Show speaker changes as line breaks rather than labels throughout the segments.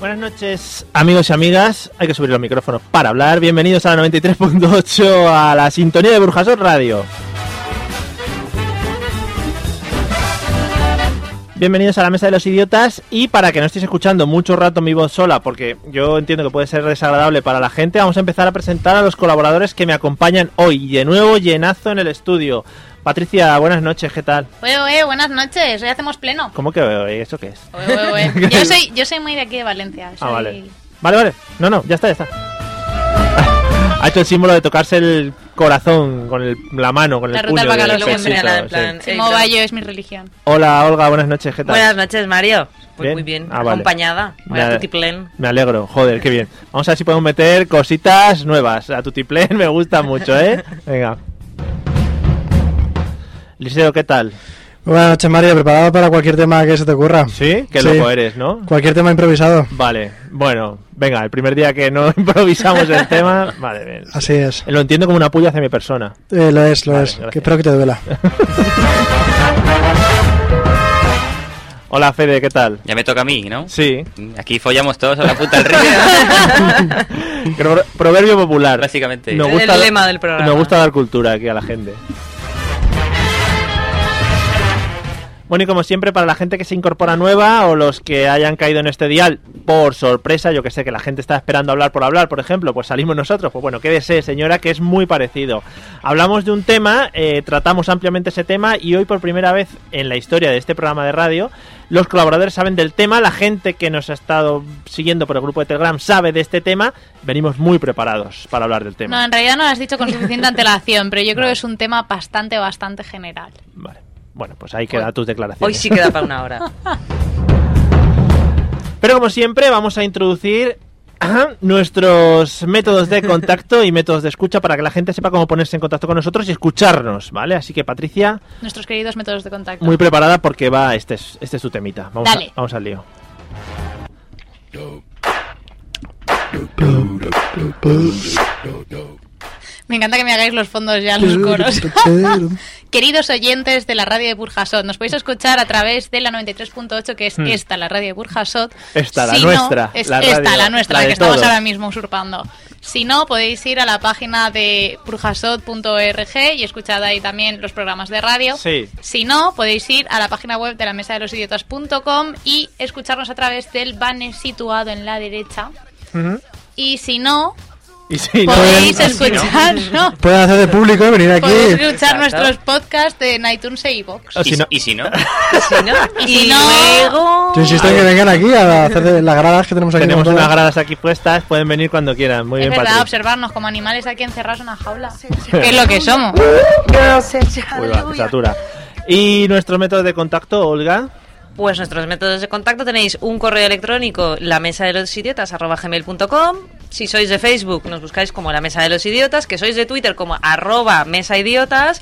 Buenas noches, amigos y amigas. Hay que subir los micrófonos para hablar. Bienvenidos a la 93.8 a la sintonía de Burjasot Radio. Bienvenidos a la mesa de los idiotas y para que no estéis escuchando mucho rato mi voz sola, porque yo entiendo que puede ser desagradable para la gente, vamos a empezar a presentar a los colaboradores que me acompañan hoy. De nuevo, llenazo en el estudio. Patricia, buenas noches, ¿qué tal?
Oe, oe, buenas noches, hoy hacemos pleno.
¿Cómo que veo? ¿Esto qué es?
Oe, oe, oe. Yo soy, yo soy muy de aquí de Valencia.
Ah,
soy-
vale. Vale, vale. No, no, ya está, ya está. Ha hecho el símbolo de tocarse el corazón con el- la mano, con
La
el
ruta
puño.
al bacalao,
del
luego en
pechito,
verano, en
sí.
plan,
Sí,
Eh,
Movayo
claro.
es mi religión.
Hola, Olga, buenas noches, ¿qué tal?
Buenas noches, Mario. Pues
¿Bien?
muy bien,
Ah, vale.
acompañada.
Me ale-
Hola, Tutiplén.
Me alegro, joder, qué bien. Vamos a ver si podemos meter cositas nuevas. A tu tiplén me gusta mucho, ¿eh? Venga. Liceo, ¿qué tal?
Buenas noches, Mario. ¿Preparado para cualquier tema que se te ocurra?
¿Sí? Qué loco eres, ¿no?
Cualquier tema improvisado.
Vale, bueno, venga, el primer día que no improvisamos el tema. Vale, bien.
Así es.
Lo entiendo como una puya hacia mi persona.
Eh, lo es, lo
Vale,
es.
gracias.
Que espero que te duela.
Hola, Fede, ¿qué tal?
Ya me toca a mí, ¿no?
Sí,
Aquí follamos todos a la puta del río.
Pro- proverbio popular.
Básicamente.
Nos
Es el lema del programa.
Nos gusta dar cultura aquí a la gente. Bueno, y como siempre, para la gente que se incorpora nueva o los que hayan caído en este dial por sorpresa, yo que sé que la gente está esperando hablar por hablar, por ejemplo, pues salimos nosotros. Pues bueno, quédese, señora, que es muy parecido. Hablamos de un tema, eh, tratamos ampliamente ese tema y hoy por primera vez en la historia de este programa de radio, los colaboradores saben del tema, la gente que nos ha estado siguiendo por el grupo de Telegram sabe de este tema, venimos muy preparados para hablar del tema.
No, en realidad no lo has dicho con suficiente antelación, pero yo creo que es un tema bastante, bastante general.
Vale. Bueno, pues ahí queda tus declaraciones.
Hoy sí queda para una hora.
Pero como siempre, vamos a introducir ajá, nuestros métodos de contacto y métodos de escucha para que la gente sepa cómo ponerse en contacto con nosotros y escucharnos, ¿vale? Así que Patricia,
Nuestros queridos métodos de contacto.
muy preparada porque va, este es, este es tu temita. Vamos, a-
Dale.
vamos al lío.
Me encanta que me hagáis los fondos ya, los coros. Queridos oyentes de la radio de Burjasot, nos podéis escuchar a través de la 93.8, que es esta, la radio de Burjasot.
Mm. Esta, la
no,
nuestra,
es
la
esta,
radio,
la nuestra,
la
la,
de
que estamos
todos.
ahora mismo usurpando. Si no, podéis ir a la página de burjasot.org y escuchad ahí también los programas de radio.
Sí.
Si no, podéis ir a la página web de la mesa de los idiotas.com y escucharnos a través del banner situado en la derecha. Y si no,
Y si no-
podéis
y si no-
escucharnos.
Pueden hacer de público y venir
Podéis
aquí.
escuchar
Exacto.
nuestros podcasts en iTunes e iVoox.
o si
¿Y,
no-
y si no?
Si no,
Y
y,
si no-
luego...
Yo insisto en que vengan aquí a hacer de las gradas que tenemos aquí.
tenemos unas
montadas.
gradas aquí puestas, pueden venir cuando quieran. Muy
Es
bien,
verdad,
Patricia.
observarnos como animales aquí encerrados en una jaula. que es lo que somos.
Uy, va, que satura. Y nuestro método de contacto, Olga.
Pues nuestros métodos de contacto tenéis un correo electrónico, la mesa de los idiotas, arroba gmail.com. Si sois de Facebook, nos buscáis como la mesa de los idiotas. Que sois de Twitter, como arroba mesa idiotas.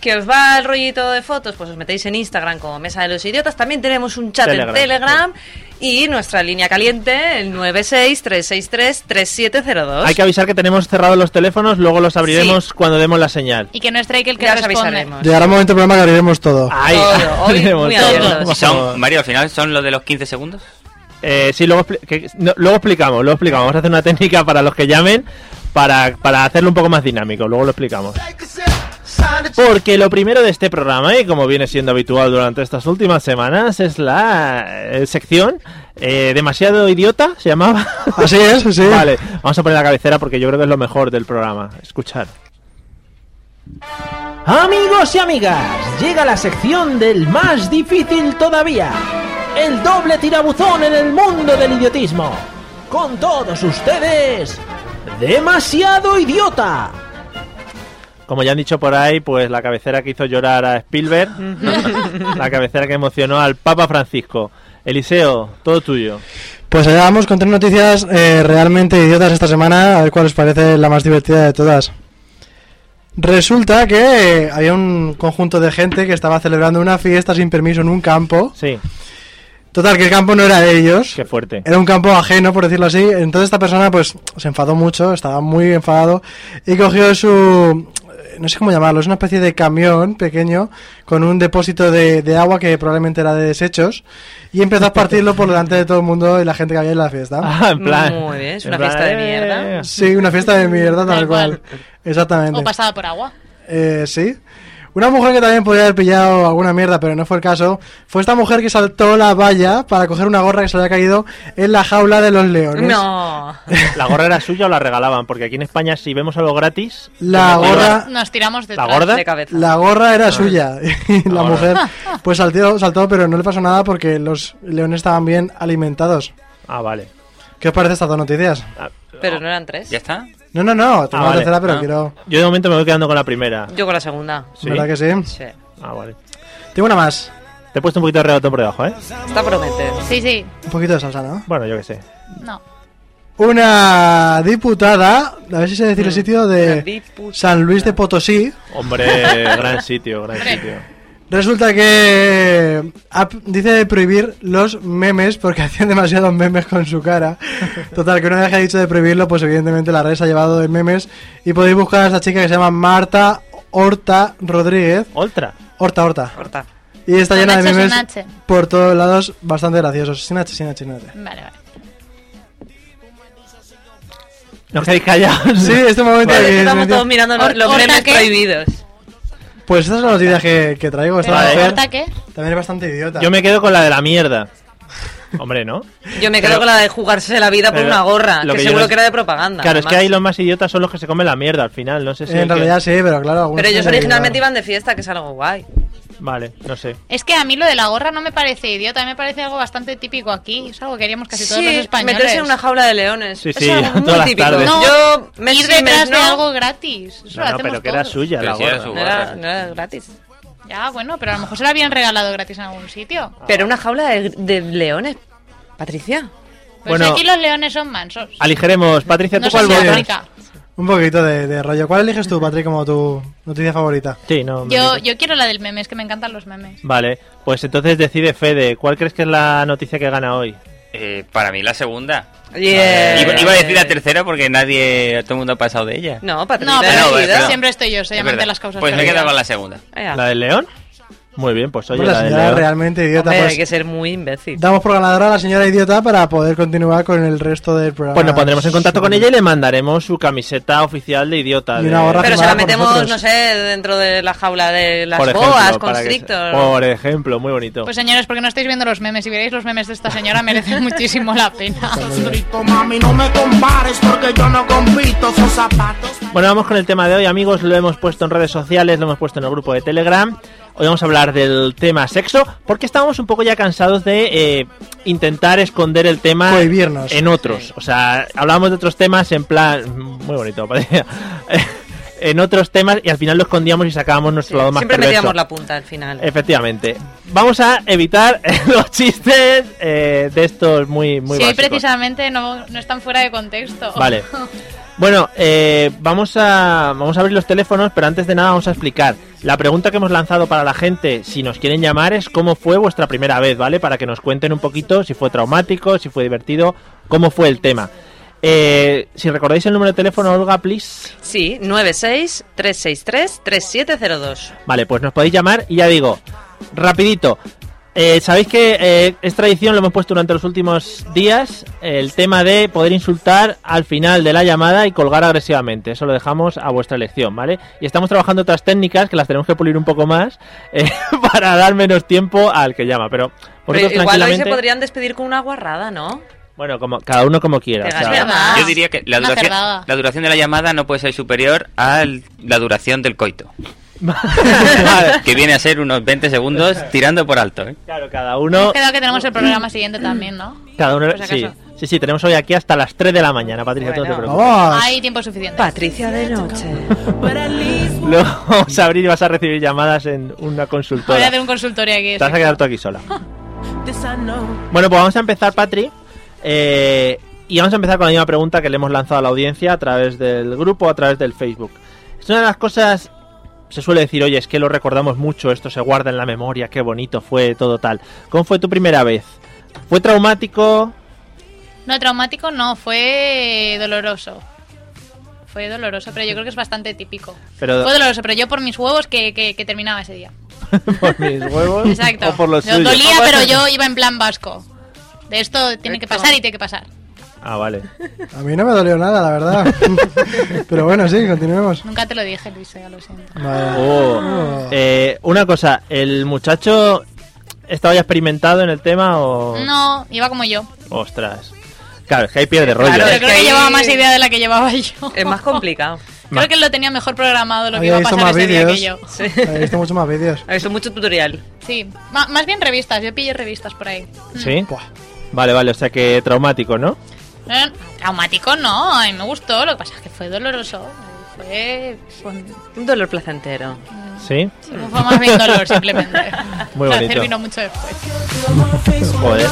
Que os va el rollito de fotos, pues os metéis en Instagram como mesa de los idiotas. También tenemos un chat
Telegram,
en Telegram. Y nuestra línea caliente, el 963633702.
Hay que avisar que tenemos cerrados los teléfonos, luego los abriremos cuando demos la señal.
Y que no es Drake que
Ya os
responde.
avisaremos.
Llegará un momento del programa que abriremos todo.
Ahí,
Todo, hoy
abriremos
muy
todo.
abiertos.
¿Y son, Mario, al final son los de los 15 segundos.
Eh, sí, luego, expli- que- no, luego explicamos, luego explicamos. Vamos a hacer una técnica para los que llamen para, para hacerlo un poco más dinámico. Luego lo explicamos. Porque lo primero de este programa, y como viene siendo habitual durante estas últimas semanas, es la eh, sección eh, Demasiado Idiota, se llamaba.
Así es, sí.
Vale, vamos a poner la cabecera porque yo creo que es lo mejor del programa. Escuchar. Amigos y amigas, llega la sección del más difícil todavía. El doble tirabuzón en el mundo del idiotismo. Con todos ustedes, demasiado idiota. Como ya han dicho por ahí, pues la cabecera que hizo llorar a Spielberg, la cabecera que emocionó al Papa Francisco. Eliseo, todo tuyo.
Pues allá vamos con tres noticias eh, realmente idiotas esta semana, a ver cuál os parece la más divertida de todas. Resulta que eh, había un conjunto de gente que estaba celebrando una fiesta sin permiso en un campo.
Sí,
Total, que el campo no era de ellos.
qué fuerte.
Era un campo ajeno, por decirlo así. Entonces esta persona pues se enfadó mucho, estaba muy enfadado y cogió su... No sé cómo llamarlo, es una especie de camión pequeño con un depósito de, de agua que probablemente era de desechos y empezó a partirlo por delante de todo el mundo y la gente que había en la fiesta.
Ah, en plan. eh,
Muy bien, es
en
una fiesta de mierda.
Sí, una fiesta de mierda
Tal
tal
cual.
cual. Exactamente.
O pasada por agua.
Eh, sí. Una mujer que también podría haber pillado alguna mierda, pero no fue el caso, fue esta mujer que saltó la valla para coger una gorra que se le había caído en la jaula de los leones.
No.
¿La gorra era suya o la regalaban? Porque aquí en España, si vemos algo gratis.
La
como que
gorra-
iba-
Nos tiramos de
¿La gorda?
De cabeza.
La gorra era suya y la
Ahora.
mujer pues saltó, saltó, pero no le pasó nada porque los leones estaban bien alimentados.
Ah, vale.
¿Qué os parece estas dos noticias?
Pero no eran tres.
¿Ya está?
No, no, no, tengo la
Ah, vale.
tercera, pero
Ah.
quiero...
Yo de momento me voy quedando con la primera.
Yo con la segunda.
Sí.
¿Verdad que sí?
Sí.
Ah, vale.
Tengo una más,
Te he puesto un poquito de rebotón por debajo, ¿eh?
Está promete.
Sí, sí.
un poquito de salsa, ¿no?
Bueno, yo qué sé.
No.
Una diputada, a ver si se decir el sitio,
Una
de
diputada.
San Luis de Potosí,
Hombre, gran sitio, gran
Hombre.
sitio.
resulta que ha- dice de prohibir los memes porque hacían demasiados memes con su cara. Total, que una vez que ha dicho de prohibirlo, pues evidentemente la red se ha llevado de memes y podéis buscar a esta chica que se llama Marta Horta Rodríguez.
Otra.
Horta, Horta.
Corta.
Y está
Con
llena
H,
de
sin
memes
H.
por todos lados, bastante graciosos. Sin H, sin H, sin H.
Vale, vale.
No os quedáis callados.
Sí, este momento
Es
que
que estamos
silencio.
todos mirando los,
Horta,
los memes
¿qué?
prohibidos.
Pues estas son las noticias que, que traigo. Esta
Vale.
mujer
¿Corta qué?
también es bastante idiota.
Yo me quedo con la de la mierda. Hombre, ¿no?
Yo me quedo
Pero-
con la de jugarse la vida por
pero
una gorra,
lo
que,
que yo
seguro
no-
que era de propaganda.
Claro, es que
además.
ahí los más idiotas son los que se comen la mierda al final. No sé si. el
en
que-
realidad sí, pero claro. algunos
Pero ellos
son
originalmente
idiotas.
iban de fiesta, que es algo guay.
Vale, no sé.
Es que a mí lo de la gorra no me parece idiota, me parece algo bastante típico aquí. Es algo que haríamos casi todos los españoles.
meterse en una jaula de leones.
Sí,
Es
sí,
algo muy
todas las
típico.
tardes.
No,
Yo me
ir
sí, me-
detrás
no.
de algo gratis. Eso
No,
lo
no,
hacemos
pero que era
todos.
suya
Pero
la
si era su
gorra.
No era, no era gratis.
Ya, bueno, pero a lo mejor se lo habían regalado gratis en algún sitio.
Pero una jaula de, de leones, Patricia.
Pues
Bueno.
aquí los leones son mansos.
Aligeremos. Patricia, ¿tú
No
cuál
sé si
votas?
aplica.
Un poquito de, de rollo. ¿Cuál eliges tú, Patrick, como tu noticia favorita?
Sí, no. me-
Yo, yo quiero la del meme, es que me encantan los memes.
Vale, pues entonces decide Fede, ¿cuál crees que es la noticia que gana hoy?
Eh, para mí la segunda.
Yeah.
Iba, iba a decir
eh.
la tercera porque nadie, todo el mundo ha pasado de ella.
No, Patricia.
No, pero
no,
sí,
pero-
siempre estoy yo,
Es
soy amante
verdad.
de las causas
Pues me he
perdidas.
quedado con la segunda.
Venga.
¿La del león? Muy bien, pues oye,
Hombre, la
la del
señora
león.
realmente idiota.
Hombre,
pues,
hay que ser muy imbécil.
Damos por ganadora a la señora idiota para poder continuar con el resto del programa.
Pues nos pondremos en contacto con ella y le mandaremos su camiseta oficial de idiota.
Y
de-
una gorra
Pero se
firmada
la
por
metemos,
nosotros.
no sé, dentro de la jaula de las
Por ejemplo,
boas,
para que se-
constrictor.
Por ejemplo, muy bonito.
Pues señores, porque no estáis viendo los memes, si vierais los memes de esta señora merecen muchísimo la pena.
Grito, mami, no me compares porque yo no compito. Son zapatos.
Bueno, vamos con el tema de hoy, amigos. Lo hemos puesto en redes sociales, lo hemos puesto en el grupo de Telegram. Hoy vamos a hablar del tema sexo, porque estábamos un poco ya cansados de eh, intentar esconder el tema
Cohibirnos.
en otros. O sea, hablábamos de otros temas en plan. Muy bonito, parecía. en otros temas y al final lo escondíamos y sacábamos nuestro lado más Eh,
Siempre
perverso.
metíamos la punta al final.
Efectivamente. Vamos a evitar los chistes eh, de estos muy, muy
si hoy
básicos.
precisamente no, no están fuera de contexto.
Vale. Bueno, eh, vamos, a, vamos a abrir los teléfonos, pero antes de nada vamos a explicar. La pregunta que hemos lanzado para la gente, si nos quieren llamar, es cómo fue vuestra primera vez, ¿vale? Para que nos cuenten un poquito si fue traumático, si fue divertido, cómo fue el tema. Eh, si recordáis el número de teléfono, Olga, please.
Sí, 96-363-3702.
Vale, pues nos podéis llamar y ya digo, rapidito. Eh, Sabéis que eh, es tradición, lo hemos puesto durante los últimos días, el tema de poder insultar al final de la llamada y colgar agresivamente. Eso lo dejamos a vuestra elección, ¿vale? Y estamos trabajando otras técnicas que las tenemos que pulir un poco más eh, para dar menos tiempo al que llama. Pero
Pero
vosotros
igual hoy se
tranquilamente.
podrían despedir con una guarrada, ¿no?
Bueno, como, cada uno como quiera.
Te
o sea,
ganas
Es verdad.
Yo diría que la
Una
duración,
cerdada.
la duración de la llamada no puede ser superior a la duración del coito.
vale.
Que viene a ser unos 20 segundos tirando por alto. ¿eh?
Claro, cada uno.
Hemos quedado que tenemos el programa
Mm.
siguiente también, ¿no?
Cada uno
Por si
sí,
acaso.
sí, sí, tenemos hoy aquí hasta las 3 de la mañana, Patricia, tú no te
Bueno.
preocupes.
Ah.
Vamos.
Hay tiempo suficiente.
Patricia de noche.
Luego vamos a abrir y vas a recibir llamadas en una
Voy a
consultora.
hacer un consultorio aquí.
Te vas a
exacto.
quedar tú aquí sola. Bueno, pues vamos a empezar, Patri. eh, y vamos a empezar con la misma pregunta que le hemos lanzado a la audiencia a través del grupo, a través del Facebook. Es una de las cosas. Se suele decir, oye, es que lo recordamos mucho, esto se guarda en la memoria, qué bonito fue, todo tal. ¿Cómo fue tu primera vez? ¿Fue traumático?
No, traumático no, fue doloroso. Fue doloroso, pero yo creo que es bastante típico.
Pero-
Fue doloroso, pero yo por mis huevos que, que- que terminaba ese día.
¿Por mis huevos?
Exacto.
¿O por los
Yo
suyos?
Dolía, pero yo iba en plan vasco. De esto tiene que pasar y tiene que pasar.
Ah, vale.
A mí no me dolió nada, la verdad. Pero bueno, sí, continuemos.
Nunca te lo dije, Luis, ya lo siento.
Vale.
Oh. Eh, una cosa, ¿el muchacho estaba ya experimentado en el tema o...?
No, iba como yo.
Ostras. Claro, es que ahí pierde rollo.
Claro,
Pero
es
creo
que
que
ahí- Em,
llevaba más idea de la que llevaba yo.
Es más complicado.
Ma-
Creo que lo tenía mejor programado lo que iba
Había
a
visto
pasar
más
ese día que yo.
vídeos. He visto mucho más vídeos.
Ha visto mucho tutorial.
Sí, Ma- más bien revistas, yo pillé revistas por ahí.
¿eh? ¿Sí?
Buah.
Vale, vale, o sea que traumático, ¿no?
Eh, traumático no, a mí me gustó, lo que pasa es que fue doloroso. Fue, fue,
Un dolor placentero.
Sí.
fue más bien dolor simplemente.
Muy
Placer
bonito.
vino mucho después.
Joder.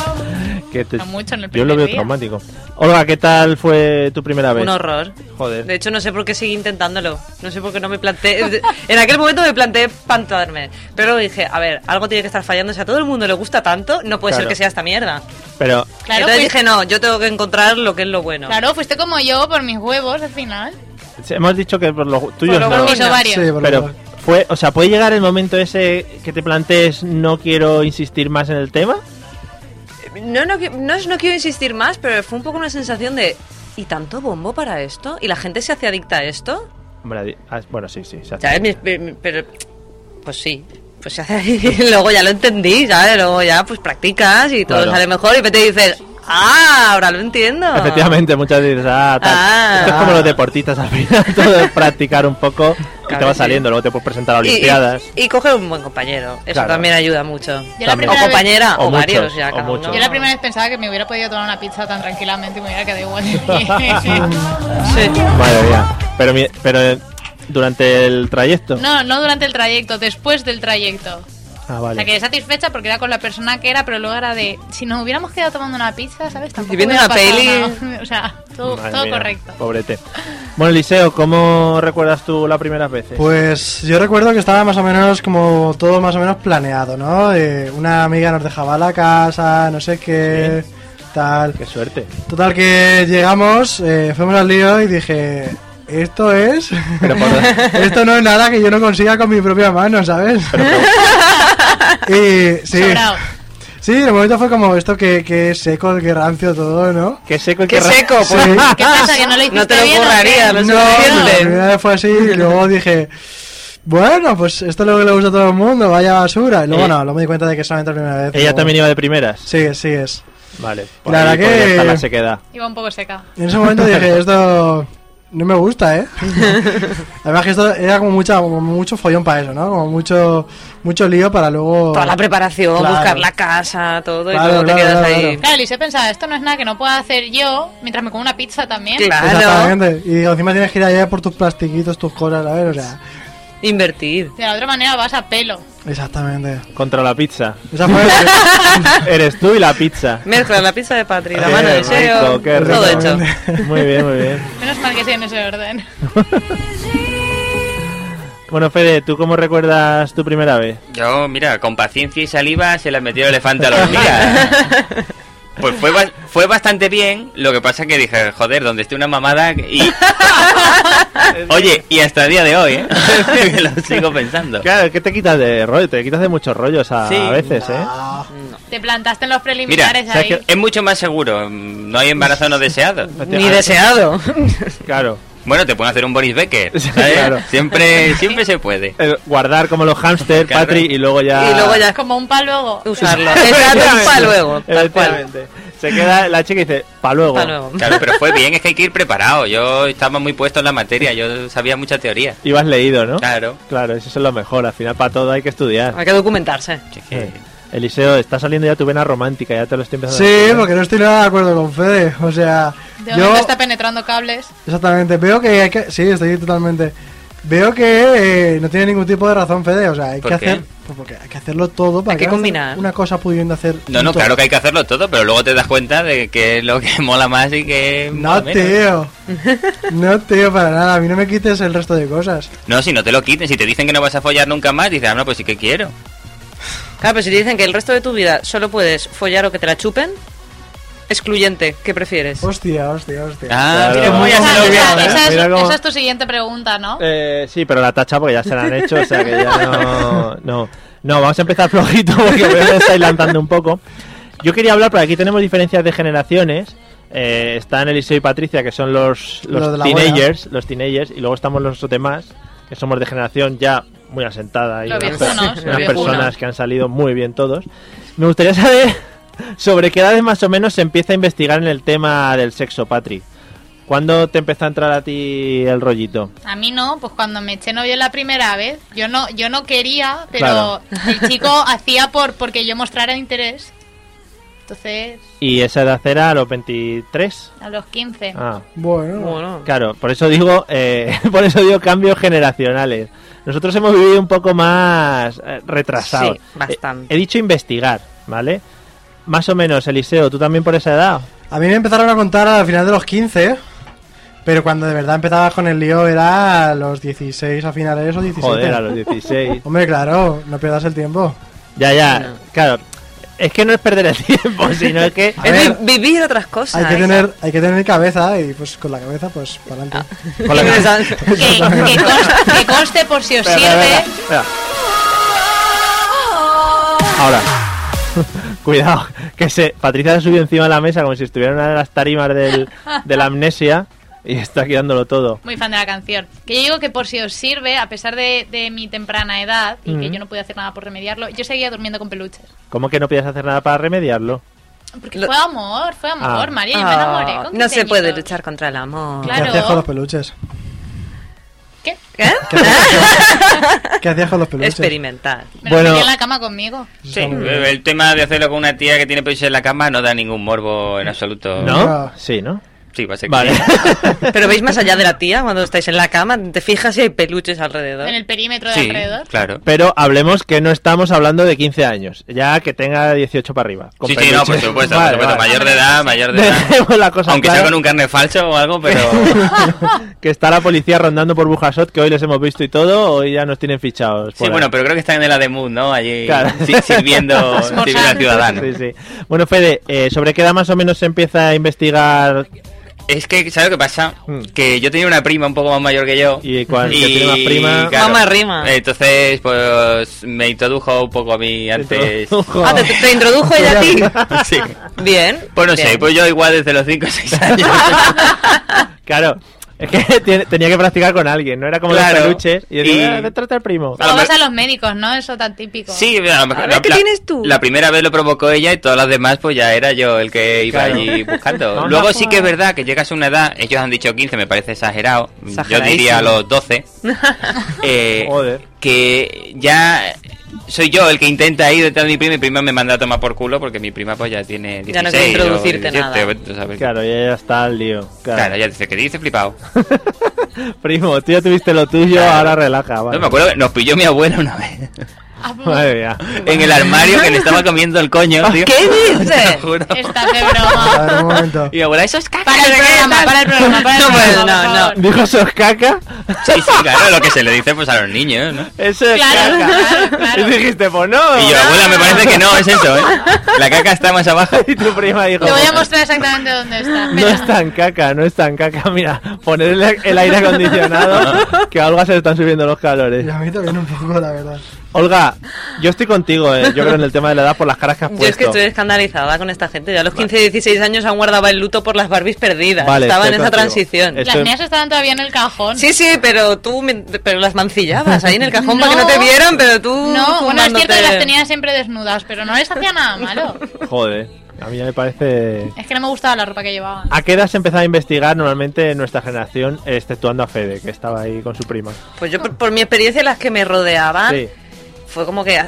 Que te-
No mucho en el
Yo lo
primer
veo
día.
traumático. Olga, ¿qué tal fue tu primera vez?
Un horror.
Joder.
De hecho, no sé por qué seguí intentándolo. No sé por qué no me planteé. En aquel momento me planteé pantarme. Pero dije, a ver, algo tiene que estar fallando. Si a todo el mundo le gusta tanto, no puede
Claro.
ser que sea esta mierda.
Pero,
Claro,
Entonces
fuiste,
dije, no, yo tengo que encontrar lo que es lo bueno.
claro, fuiste como yo por mis huevos al final.
hemos dicho que por los tuyos
lo
no.
Mis
Bueno,
ovarios.
Sí, por
Pero
favor.
fue, o sea, ¿puede llegar el momento ese que te plantees no quiero insistir más en el tema?
No, no, qui- no, es- no quiero insistir más, pero fue un poco una sensación de. ¿Y tanto bombo para esto? ¿Y la gente se hace adicta a esto?
Hombre, adi- ah, bueno, sí, sí. se hace.
¿Sabes? Mi- mi- mi- Pero. Pues sí. Pues se hace ahí. Luego ya lo entendí, ¿sabes? Luego ya pues practicas y todo
Claro.
sale mejor y te dices, ¡ah! Ahora lo entiendo.
Efectivamente, muchas veces, ah, tal.
Ah.
Esto es como los deportistas al final, todo es practicar un poco y te
Claro
va
que
saliendo, luego te puedes presentar a
Y- y-
Olimpiadas.
Y, coger un buen compañero. Eso
Claro.
también ayuda mucho.
Yo la
También.
primera
O
vez-
compañera,
O
o, varios,
muchos,
ya,
o
cada uno.
muchos.
Yo la primera vez pensaba que me hubiera podido tomar una pizza tan tranquilamente y me hubiera quedado igual. de
Sí.
Madre mía. Pero, mi- pero eh, durante el trayecto.
bien. No, no durante el trayecto, después del trayecto.
Ah,
O
vale.
sea, quedé satisfecha porque era con la persona que era, pero luego era de. Si nos hubiéramos quedado tomando una pizza, ¿sabes? Tampoco
Y viendo
hubiera
una
pasado nada. O sea, todo,
Madre
todo
mía,
correcto.
Pobrete. Bueno, Eliseo, ¿cómo recuerdas tú las primeras veces?
Pues yo recuerdo que estaba más o menos como todo más o menos planeado, ¿no? Eh, una amiga nos dejaba la casa, no sé qué, tal.
Qué suerte.
Total que llegamos, eh, fuimos al lío y dije, esto es...
Pero por-
esto no es nada que yo no consiga con mi propia mano, ¿sabes? y sí.
Sobrao.
Sí, de momento fue como esto que, que es seco, que rancio todo, ¿no?
Qué seco y
Qué
ra-
seco, pues.
Sí.
¿Qué pasa? ¿Que no lo hiciste
No te lo
bien, o qué?
curraría, lo
la
suficiente.
primera vez fue así y luego dije, bueno, pues esto es lo que le gusta a todo el mundo, vaya basura. Y luego
Eh.
no, luego me di cuenta de que solamente la primera vez.
Ella
pero
también iba de primeras.
bueno. Sí, sí es.
Vale.
La
ahí
verdad que-
podría estar la sequedad.
Iba un poco seca.
Y en ese momento dije, esto no me gusta, ¿eh? Además que esto era como, mucha, como mucho follón para eso, ¿no? Como mucho, mucho lío para luego...
Toda la preparación,
Claro.
buscar la casa, todo, y
Claro,
luego
claro,
te quedas
claro,
ahí.
Claro, Lise pensaba, esto no es nada que no pueda hacer yo mientras me como una pizza también.
Claro.
Exactamente. Y digo, encima tienes que ir allá por tus plastiquitos, tus cosas, ¿sabes? O sea,
Invertir.
De la otra manera vas a pelo.
exactamente.
Contra la pizza.
Esa fue...
Eres tú y la pizza.
Mezcla la pizza de Patri, la
Qué
mano de
rico,
Seo,
qué rico.
todo hecho.
Muy bien, muy bien.
Menos mal que sea en ese orden.
Bueno, Fede, ¿tú cómo recuerdas tu primera vez?
Yo, mira, con paciencia y saliva se la metió el elefante a la hormiga. Pues fue, ba- fue bastante bien, lo que pasa que dije, joder, donde esté una mamada y... Oye, y hasta el día de hoy, ¿eh? Que lo sigo pensando.
Claro, que te quitas de rollo, te quitas de muchos rollos a,
Sí.
a veces, ¿eh?
Ah.
Te plantaste en los
Mira,
preliminares
¿sabes
ahí.
qué? es mucho más seguro, mm, no hay embarazo no deseado.
Ni deseado.
Claro.
Bueno, te pueden hacer un Boris Becker,
Sí,
¿sabes?
claro.
Siempre, siempre se puede.
El guardar como los hámster,
Claro.
Patri, y luego ya...
Y luego ya
Como un pal luego.
usarlo. Exacto, para luego. Tal cual.
Efectivamente. Se queda la chica y dice, pa' luego.
Pa' luego.
Claro, pero fue bien, es que hay que ir preparado. Yo estaba muy puesto en la materia, yo sabía mucha teoría.
Y vas leído, ¿no?
Claro.
Claro, eso es lo mejor. Al final, para todo hay que estudiar.
Hay que documentarse.
Eh, Eliseo, está saliendo ya tu vena romántica, ya te lo estoy empezando a
Sí,
decir. ¿eh?
porque no estoy nada de acuerdo con Fede. O sea,
De
yo
momento está penetrando cables.
exactamente veo que hay que. Sí, estoy totalmente. Veo que eh, no tiene ningún tipo de razón Fede. O sea, hay
¿Por
que
qué?
hacer. pues porque hay que hacerlo todo para
Hay que
hagas
combinar.
Una cosa pudiendo hacer.
No, no,
todo.
claro que hay que hacerlo todo, pero luego te das cuenta de que es lo que mola más y que... mola
No,
menos.
tío. No, tío, para nada. A mí no me quites el resto de cosas.
No, si no te lo quiten, si te dicen que no vas a follar nunca más, dices, ah, no, pues sí que quiero.
Claro, pero si te dicen que el resto de tu vida solo puedes follar o que te la chupen, excluyente, ¿qué prefieres?
Hostia, hostia, hostia.
Ah,
Claro.
mira, voy a
Esa-
hacerlo bien.
obviado,
esa, esa
¿eh?
es,
Mira cómo-
esa es tu siguiente pregunta, ¿no?
Eh, sí, pero la tacha porque ya se la han hecho, o sea que ya no... No, no vamos a empezar flojito porque veo que estáis lanzando un poco. Yo quería hablar, porque aquí tenemos diferencias de generaciones. Eh, están Eliseo y Patricia, que son los, los
Los de la
teenagers, los teenagers, y luego estamos los demás, que somos de generación ya muy asentada y
Los
unas-
viejunos,
unas,
los viejunos.
personas que han salido muy bien todos. Me gustaría saber sobre qué edades más o menos se empieza a investigar en el tema del sexo, Patrick. ¿Cuándo te empezó a entrar a ti el rollito?
A mí no, pues cuando me eché novio la primera vez, yo no, yo no quería, pero
Claro.
el chico hacía por porque yo mostrara interés. Entonces,
Y esa edad era a los 23.
a los 15.
Ah,
Bueno,
Bueno,
claro, por eso digo, eh, por eso digo cambios generacionales. Nosotros hemos vivido un poco más eh, retrasados.
Sí, bastante.
Eh, he dicho investigar, ¿vale? Más o menos, Eliseo, tú también por esa edad.
A mí me empezaron a contar al final de los 15, pero cuando de verdad empezaba con el lío era a los 16 a finales o 17.
Joder, a los 16.
Hombre, claro, no pierdas el tiempo.
ya, ya,
No.
claro. Es que no es perder el tiempo, sino es que...
A
es
ver,
vi- vivir otras cosas.
Hay que,
¿eh?
tener, hay que tener cabeza y pues con la cabeza pues para
Ah.
adelante.
Con la-
Que, que conste, que conste por si os
Espera, espera,
sirve.
espera, espera. Ahora. Cuidado, que se. Patricia se subió encima de la mesa como si estuviera en una de las tarimas del, de la amnesia y está aquí dándolo todo.
Muy fan de la canción. Que yo digo que por si os sirve, a pesar de, de mi temprana edad y que
Ujú.
yo no pude hacer nada por remediarlo, yo seguía durmiendo con peluches.
¿Cómo que no podías hacer nada para remediarlo?
Porque
Lo-
fue amor, fue amor,
Ah.
María, yo me enamoré.
Ah,
con
no se
15
puede
añitos.
luchar contra el amor.
Claro.
¿Qué hacías con los peluches?
¿Qué?
¿Eh?
¿Qué hacías con los peluches?
Experimental.
Me
Bueno.
lo metí en la cama conmigo.
Sí, el tema de hacerlo con una tía que tiene pecho en la cama no da ningún morbo en absoluto.
¿No?
No.
Sí, ¿no?
Sí, va a ser que
Vale.
sí.
Pero veis más allá de la tía cuando estáis en la cama, te fijas si hay peluches alrededor.
En el perímetro de
Sí,
alrededor.
claro.
Pero hablemos que no estamos hablando de 15 años, ya que tenga 18 para arriba. con
Sí, sí, no, por
peluche.
supuesto,
Vale,
por supuesto.
vale.
Mayor de edad, mayor de edad.
Dejemos la cosa
Aunque sea
clara.
con un carne falso o algo, pero...
Que está la policía rondando por Bujasot, que hoy les hemos visto y todo, hoy ya nos tienen fichados.
Sí,
por
bueno,
ahí.
pero creo que están en el Ademud, ¿no? Allí
Claro.
eh, si- sirviendo, sirviendo al ciudadano.
Sí, sí. Bueno, Fede, eh, ¿sobre qué edad más o menos se empieza a investigar?
Es que, ¿sabes lo que pasa?
Hmm.
Que yo tenía una prima un poco más mayor que yo.
Y cual- que tiene más prima.
Mamá rima.
Entonces, pues me introdujo un poco a mí antes.
Ojo.
Ah, te, te introdujo ella a ti.
sí.
Bien.
Pues no
bien.
sé, pues yo igual desde los 5 o 6 años.
Claro, es que tiene- tenía que practicar con alguien, no era como
Claro.
los peluches. Y decía,
Y- Pues
"Ah, vete a tratar al primo.
A lo
Luego vas
mejor-
a los médicos, ¿no? Eso tan típico.
Sí, a lo mejor.
A ver, ¿qué tienes tú?
La primera vez lo provocó ella y todas las demás, pues ya era yo el que iba
Claro.
allí buscando.
Vamos a
Luego
jugar.
sí que es verdad que llegas a una edad, ellos han dicho 15, me parece exagerado. Yo
Exageradísimo.
diría a los 12. eh,
Joder.
que ya soy yo el que intenta ir detrás de mi prima y mi prima me manda a tomar por culo porque mi prima pues ya tiene 16
Ya no quiere introducirte
o 17, o sabes. Claro.
Claro, ya está el lío. Claro.
ya dice que dice flipado.
Primo, tú ya tuviste lo tuyo,
Claro.
ahora relaja. vale.
No me acuerdo que nos pilló mi abuela una vez
Ah,
Madre mía. Eh,
en el armario que le estaba comiendo el coño. tío.
¿Qué dices?
Te lo juro.
Estás de broma.
A ver, un momento.
Y mi abuela, eso es caca.
Para el programa, para el programa, para el
No,
programa.
pues,
por
no, no.
favor.
Dijo eso es caca.
Sí, sí, claro, lo que se le dice pues a los niños, ¿no?
Eso es
Claro,
caca.
claro, claro.
tú dijiste, pues no.
Y yo, abuela, me parece que no, es eso, ¿eh? La caca está más abajo.
Y tu prima dijo, "Pues
Te voy a mostrar exactamente dónde está.
no es tan caca, no es tan caca. Mira, ponerle el aire acondicionado, que a Olga se le están subiendo los calores.
Y a mí también un poco, la verdad.
Olga, yo estoy contigo, eh, yo creo, en el tema de la edad por las caras que has
Yo es que
puesto.
estoy escandalizada con esta gente. Ya a los 15 y 16 años han guardado el luto por las Barbies perdidas.
Vale,
Estaba en
estoy
esa
contigo.
transición.
Es-
Las
Estoy-
mías estaban todavía en el cajón.
Sí, sí, pero tú me- pero las mancillabas ahí en el cajón para que no
No.
te vieran, pero tú.
No, bueno, es cierto
fumándote-
que las tenía siempre desnudas, pero no les hacía nada malo.
Joder, a mí ya me parece...
Es que no me gustaba la ropa que llevaban.
¿A qué edad se empezaba a investigar normalmente en nuestra generación, exceptuando a Fede, que estaba ahí con su prima?
Pues yo, por, por mi experiencia, las que me rodeaban,
Sí,
fue como que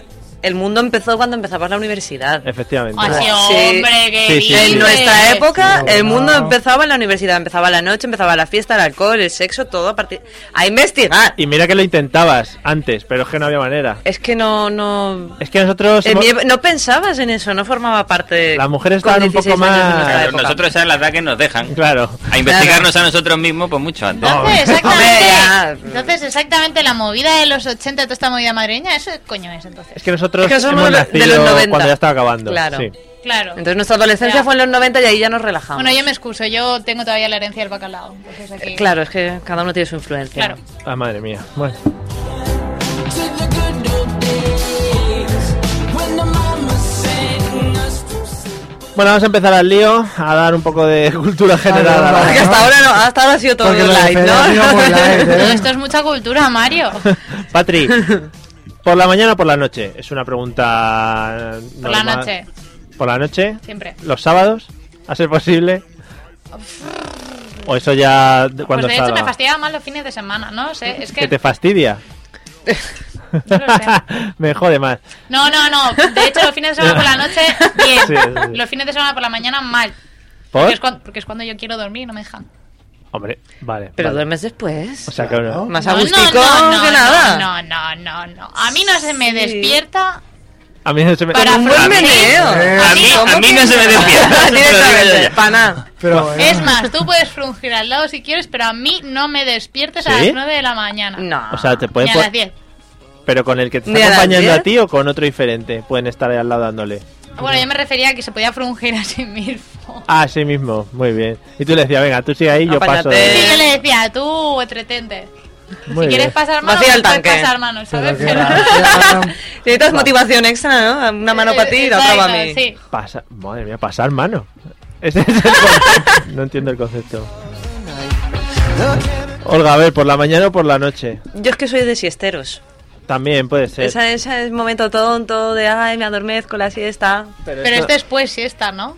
el mundo empezó cuando empezabas la universidad.
efectivamente.
Así,
Ah, sí.
hombre, que
Sí, sí, sí.
En
Hombre.
nuestra época,
Sí,
el mundo
no.
empezaba en la universidad, empezaba la noche, empezaba la fiesta, el alcohol, el sexo, todo a partir. A investigar.
Y mira que lo intentabas antes, pero es que no había manera.
Es que no. no...
Es que nosotros...
en
hemos-
mi ep- no pensabas en eso, no formaba parte. de-
Las mujeres
con
estaban un
16
poco
años en
más-
nuestra
Claro,
época.
Nosotros esa es la edad que nos dejan.
Claro.
A investigarnos a nosotros mismos, pues mucho antes.
Entonces,
Hombre,
exactamente,
ya.
entonces, exactamente la movida de los 80, toda esta movida madrileña, eso coño es entonces.
Es que nosotros
Es que somos
hemos
de los
nacido
90.
cuando ya estaba acabando.
Claro.
sí.
Claro.
Entonces nuestra adolescencia
Ya.
fue en los 90 y ahí ya nos relajamos.
bueno, yo me excuso, yo tengo todavía la herencia del bacalao. entonces aquí-
Eh, Claro, es que cada uno tiene su influencia.
Claro.
Ah, madre mía. Bueno. Bueno, vamos a empezar al lío, a dar un poco de cultura general.
Ah,
a la-
vale,
Porque hasta ahora no, hasta ahora ha sido todo
Porque lo de
online,
Fede ha sido por live,
¿no?
¿eh?
Todo esto es mucha cultura, Mario.
Patri, ¿por la mañana o por la noche? Es una pregunta.
Por la
normal.
noche,
¿Por la noche?
siempre.
¿Los sábados? ¿A ser posible? ¿O eso ya de-
Pues
cuando
de hecho
salga?
me fastidiaba más los fines de semana, no sé, es
¿Que
que...
te fastidia?
No lo sé.
me jode más.
No, no, no, de hecho los fines de semana por la noche, bien.
Sí, sí, sí.
Los fines de semana por la mañana, mal.
¿Por?
Porque es, cuando, porque es cuando yo quiero dormir y no me dejan.
Hombre, vale.
Pero
vale.
duermes después.
O sea, que no.
Claro.
Más
No,
a
no,
gustico
no, no,
que nada.
No, no, no, no. A mí no se me
Sí.
despierta.
A mí se me...
Para
A mí-
Buen
mí-
meneo.
Eh,
A mí, a mí no se me despierta.
Directamente, pa' nada.
Pero bueno.
Es más, tú puedes frungir al lado si quieres, pero a mí no me despiertes a
¿Sí?
las 9 de la mañana.
No.
O sea, te
Ni
pueden...
a
po-
las 10.
Pero con el que te
Ni a
está
las
acompañando a
diez.
ti o con otro diferente. Pueden estar ahí al lado dándole.
Bueno, yo me refería a que se podía frungir a sí mismo.
Ah, sí mismo. Muy bien. Y tú le decías, venga, tú sigue ahí, yo paso.
Apáñate.
de-
Sí, yo le decía, tú, entretente.
Eh, Muy
si quieres
bien.
pasar mano,
Vacía el
pues puedes
tanque.
pasar mano, ¿sabes?
Pero que
Pero-
va, ya, ya.
Necesitas motivación extra, ¿no? Una mano para ti y la otra
Exacto,
para mí.
Sí.
Pasa- Madre mía, pasar mano. Ese es el concepto. no entiendo el concepto. Olga, a ver, ¿por la mañana o por la noche?
Yo es que soy de siesteros.
También puede ser.
Esa, esa es momento tonto de, ay, me adormezco la siesta.
Pero es después siesta, ¿no?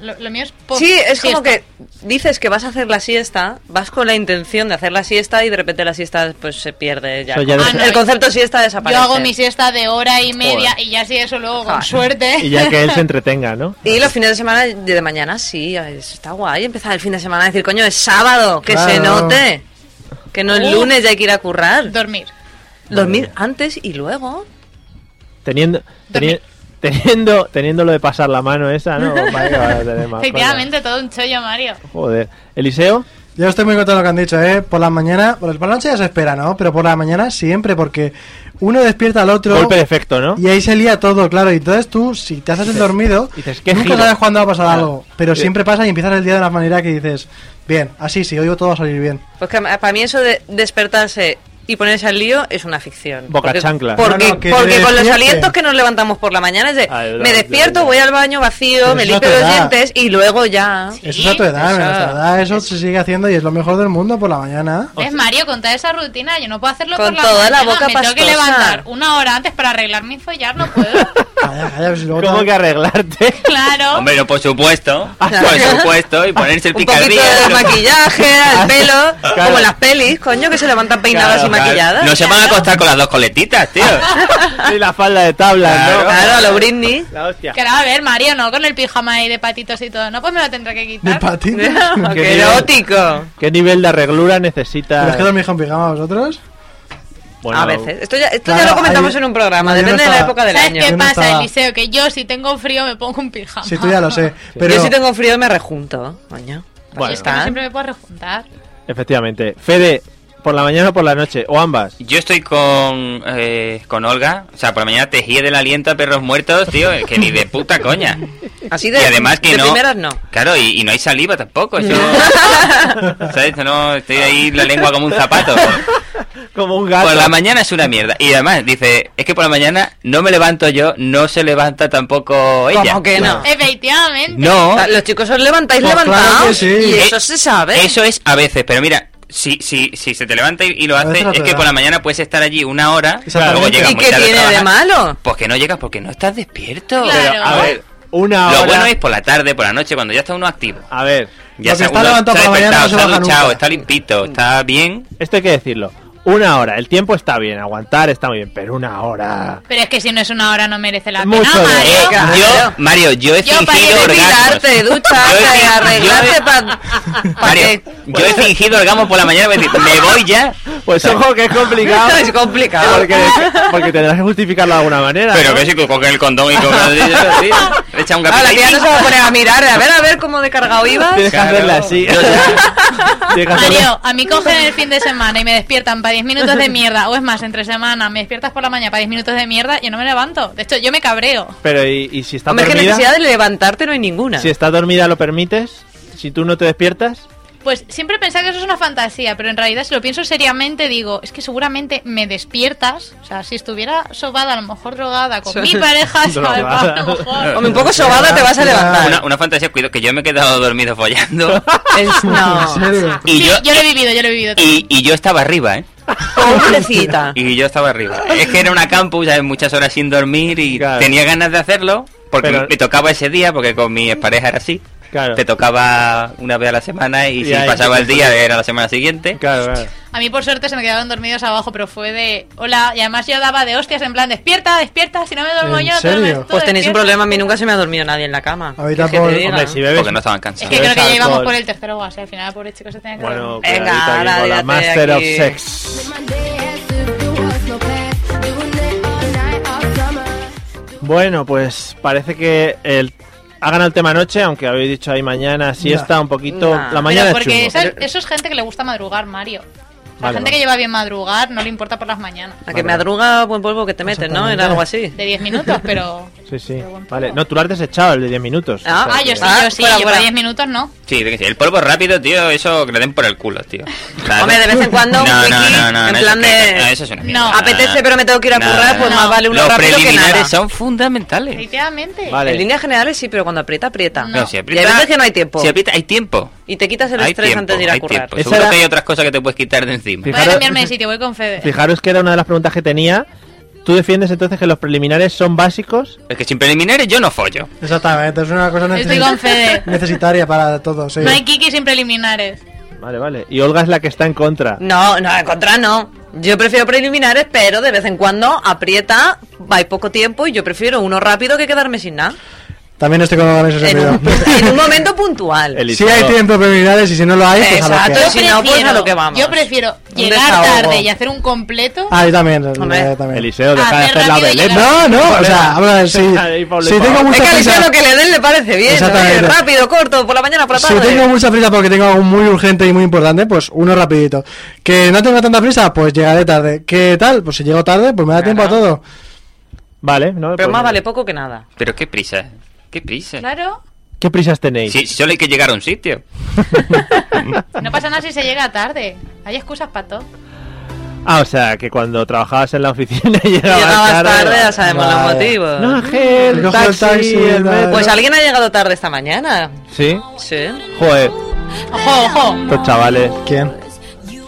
Lo, lo mío es post
Sí, es como
Pues, siesta.
que dices que vas a hacer la siesta, vas con la intención de hacer la siesta y de repente la siesta pues se pierde ya.
Eso ya
Ah,
deja-
no, el concepto siesta
Yo
desaparece.
hago mi siesta de hora y media
Joder.
y ya si eso luego con
Joder.
suerte.
Y ya que él se entretenga, ¿no?
Y los fines de semana de de mañana sí, es- está guay empezar el fin de semana a decir, coño, es sábado, que se
Claro.
note. Que no es
Uh.
lunes, ya hay que ir a currar.
Dormir.
Ah,
Dormir antes y luego.
Teniendo, teni-
Dormir.
teniendo, teniendo lo de pasar la mano esa, ¿no? Vale, que vaya a tener más
Efectivamente, todo un chollo, Mario.
cosas. Joder. Eliseo,
Yo estoy muy contento de lo que han dicho, ¿eh? Por la mañana, por la noche ya se espera, ¿no? Pero por la mañana siempre, porque uno despierta al otro.
golpe de efecto, ¿no?
Y ahí se lía todo, claro. Y entonces tú, si te haces el dormido,
dices, ¿qué
nunca
giro?
sabes cuándo va a pasar
Claro.
algo. Pero
Sí.
siempre pasa y empiezas el día de una manera que dices, bien, así sí, hoy todo va a salir bien.
Pues que para mí eso de despertarse y ponerse al lío es una ficción.
Boca
Porque-
chancla.
Porque,
No, no, que
porque
te
con los
despierte.
alientos que nos levantamos por la mañana es de,
Ah, es verdad,
me
es
despierto,
verdad.
voy al baño vacío,
Pero
me
eso
limpio
te
los
da.
dientes y luego ya.
Eso es a tu edad,
Eso.
a nuestra edad, eso se sigue haciendo y es lo mejor del mundo por la mañana.
O sea-
Es Mario, con toda esa rutina, yo no puedo hacerlo por
Con
la
toda la
mañana,
boca
Me tengo que
pastosa.
levantar una hora antes para arreglarme y follar, no puedo.
Calla, calla, pues luego
¿Cómo
te-
que arreglarte?
claro.
Hombre, no, por supuesto.
Ah,
Por supuesto. Y ponerse el
Un poquito
picardía.
de
pero-
maquillaje, el pelo,
Claro.
como en las pelis, coño, que se levantan peinadas
Claro,
y maquilladas.
No se van a acostar con las dos coletitas, tío.
Y la falda de tabla, ¿no?
Claro, a lo Britney.
La hostia.
Que no, a ver, Mario, no, con el pijama ahí de patitos y todo. No, pues me lo tendré que
de
quitar.
patines.
¡Qué erótico!
¿Qué nivel de arreglura necesita?
¿Los que dormís con pijama vosotros?
Bueno,
a veces. Esto ya, esto ya
Claro,
lo comentamos
ahí-
en un programa,
ahí
depende de
no
la
está-
época del
¿Sabes
año.
qué
Yo no
pasa,
estaba-
Eliseo? Que yo, si tengo frío, me pongo un pijama.
Sí, tú ya lo sé. Pero
Yo si tengo frío me rejunto, coño.
Bueno.
Bueno,
Es que no
está.
siempre me puedo rejuntar.
Efectivamente. Fede, ¿Por la mañana o por la noche? ¿O ambas?
Yo estoy con, eh, con Olga. O sea, por la mañana tejía del aliento a perros muertos, tío. Que ni de puta coña.
Así de,
y además que
de
no.
primeras no.
Claro, y, y no hay saliva tampoco. Eso, ¿Sabes? Yo No, estoy ahí la lengua como un zapato.
Como un gato.
Por la mañana es una mierda. Y además, dice, es que por la mañana no me levanto yo, no se levanta tampoco ella.
¿Cómo que no?
Efectivamente.
No,
O sea, Los chicos os levantáis
Pues claro
levantados
que sí.
y
Eh,
eso se sabe.
eso es a veces, pero mira, si, si, si se te levanta y, y lo
A veces
hace,
no te
es que
da.
por la mañana puedes estar allí una hora,
Exactamente.
luego llegas
¿Y
muy
qué
tarde a
tiene de
trabajar.
malo?
Pues que no llegas porque no estás despierto.
Claro.
Pero, a ver, una hora.
Lo bueno es por la tarde, por la noche, cuando ya está uno activo.
A ver,
Ya
Lo que
se-
está
uno
levantado
se ha
por la mañana no
despertado,
se
está
baja
duchado,
nunca.
está limpito, está bien.
esto hay que decirlo. Una hora, el tiempo está bien, aguantar está muy bien, pero una hora.
Pero es que si no es una hora no merece la pena,
Mucho de-
Eh,
Mario.
Claro.
Yo, Mario, yo he
Yo para
fingido
ir a
orgasmos.
Mirarte,
Yo he
ducharte,
fin-
arreglarte
yo he-
para...
Mario, yo he fingido orgasmo por la mañana para decir, me voy ya.
Pues ojo que es complicado.
Es complicado.
Porque, porque tendrás que justificarlo de alguna manera.
Pero
¿no?
que si coge el condón y coge sí, echa un
Ah,
capitán.
la tía no se va a poner a mirar, a ver, a ver cómo de cargado ibas.
Tienes que
Claro.
hacerla así.
Yo sé.
Tienes que hacerla-
Mario, a mí cogen el fin de semana y me despiertan para 10 minutos de mierda. O es más, entre semana me despiertas por la mañana para 10 minutos de mierda y yo no me levanto. De hecho, yo me cabreo.
Pero ¿y, y si está
Hombre, es que
dormida?
necesidad de levantarte no hay ninguna.
Si está dormida, ¿lo permites? Si tú no te despiertas,
Pues siempre pensaba que eso es una fantasía, pero en realidad si lo pienso seriamente digo, es que seguramente me despiertas, o sea, si estuviera sobada, a lo mejor drogada con mi pareja,
Drogada.
a lo mejor.
Hombre, un poco sobada te vas a levantar.
Ah, Una, una fantasía, cuido, que yo me he quedado dormido follando.
Es- no.
¿En serio? pues,
Y
Sí,
yo,
yo lo he vivido, yo lo he vivido.
y, y yo estaba arriba, ¿eh?
Pobrecita.
Y yo estaba arriba. Es que era una campus, ¿sabes? Muchas horas sin dormir y
Claro.
tenía ganas de hacerlo. Porque
Pero-
me tocaba ese día, porque con mi pareja era así.
claro.
Te tocaba una vez a la semana y,
Y
si
ahí-
pasaba el día era la semana siguiente.
Claro, claro.
A mí por suerte se me quedaron dormidos abajo, pero fue de hola, y además yo daba de hostias en plan, despierta, despierta, si no me duermo
¿En
yo,
serio?
duermes tú,
Pues tenéis un
despierta".
problema, a mí nunca se me ha dormido nadie en la cama.
A mí
¿Qué es que
tampoco,
te diga?
Hombre, si bebes.
Porque no estaban
Es
cansados.
que creo que ya
Bebes
íbamos
alcohol.
por el tercero o así, al final, pobres chicos, se tenían que dormir.
Bueno,
Venga,
cuidadito aquí
ahora
con la
ya te
Master
aquí.
of Sex. Bueno, pues parece que el... ha ganado el tema noche, aunque habéis dicho ahí mañana, siesta, un poquito.
Nah.
La
Pero
mañana es
porque
chungo.
esa- eso es gente que le gusta madrugar, Mario. La
Vale,
gente
vale.
que lleva bien madrugar no le importa por las mañanas.
La que me madruga, buen polvo que te meten, ¿no? Era algo así.
De 10 minutos, pero...
Sí, sí.
Pero bueno,
Vale,
no.
no, tú lo has desechado, el de 10 minutos.
Ah,
Ah, yo sí,
Ah,
yo sí,
fuera,
yo
fuera.
por 10 minutos no.
Sí, de que sí. el polvo rápido, tío, eso que le den por el culo, tío. Claro.
Hombre, de vez en cuando un
No, no,
wiki,
no, no,
en
no, eso
plan
es que-
de-
no, eso es una mierda.
No.
No, no,
Apetece,
no.
pero me tengo que ir a
No,
currar, pues
no.
más vale uno
Los
rápido que nada.
preliminares son fundamentales.
Efectivamente.
Vale.
En líneas generales sí, pero cuando aprieta, aprieta.
No.
si
Y hay veces que no hay tiempo.
Si aprieta, hay tiempo.
Y te quitas el
hay
estrés
tiempo,
antes de ir a
hay
currar.
tiempo.
Esa
Seguro
era-
que hay otras cosas que te puedes quitar de encima.
Voy a
Fijaros-
cambiarme de sitio, voy con Fede.
Fijaros que era una de las preguntas que tenía. ¿Tú defiendes entonces que los preliminares son básicos?
Es que sin preliminares yo no follo.
Exactamente, es una cosa
Estoy
necesi-
con Fede.
necesitaria para todos. sí.
No hay kiki sin preliminares.
Vale, vale. Y Olga es la que está en contra.
No, no, en contra no. Yo prefiero preliminares, pero de vez en cuando aprieta, hay poco tiempo y yo prefiero uno rápido que quedarme sin nada.
También estoy con ganas de
En
servidor.
un, en un momento puntual.
El-
Si hay tiempo preliminares y si no lo hay, pues a lo
Exacto.
que.
Yo si no, pues a lo que vamos.
Yo prefiero
Un
llegar
desahogo.
tarde y hacer un completo.
Ah, yo también.
Hombre.
yo también. Eh,
Eliseo,
Ah,
deja de
Hacer
hacer la
rápido y
veleta.
llegar.
No, no, o sea, vamos a ver, si,
Ahí, Pablo,
si
por
tengo
favor.
Es
mucha
que a
prisa,
Alicia lo que le den le parece bien. ¿no?
Exactamente.
Oye, Rápido, corto, por la mañana, por la
si
tarde.
tengo mucha prisa porque tengo algo muy urgente y muy importante, pues uno rapidito. Que no tengo tanta prisa, pues llegaré tarde. ¿Qué tal? Pues si llego tarde, pues me da tiempo a todo.
Vale, no, pues-
Pero más vale poco que nada.
Pero qué prisa. Qué prisa.
Claro.
¿Qué prisas tenéis?
Si, si solo hay que llegar a un sitio.
No pasa nada si se llega tarde. Hay excusas para todo.
Ah, o sea, que cuando trabajabas en la oficina llegabas,
Llegabas tarde, ya
¿sabes?
sabemos
Vale.
los motivos.
Ah, No, Ángel,
Cojo el
taxi,
taxi,
el
tal.
metro.
pues alguien ha llegado tarde esta mañana.
Sí,
Sí.
joder,
Ojo, ojo.
estos chavales.
¿Quién?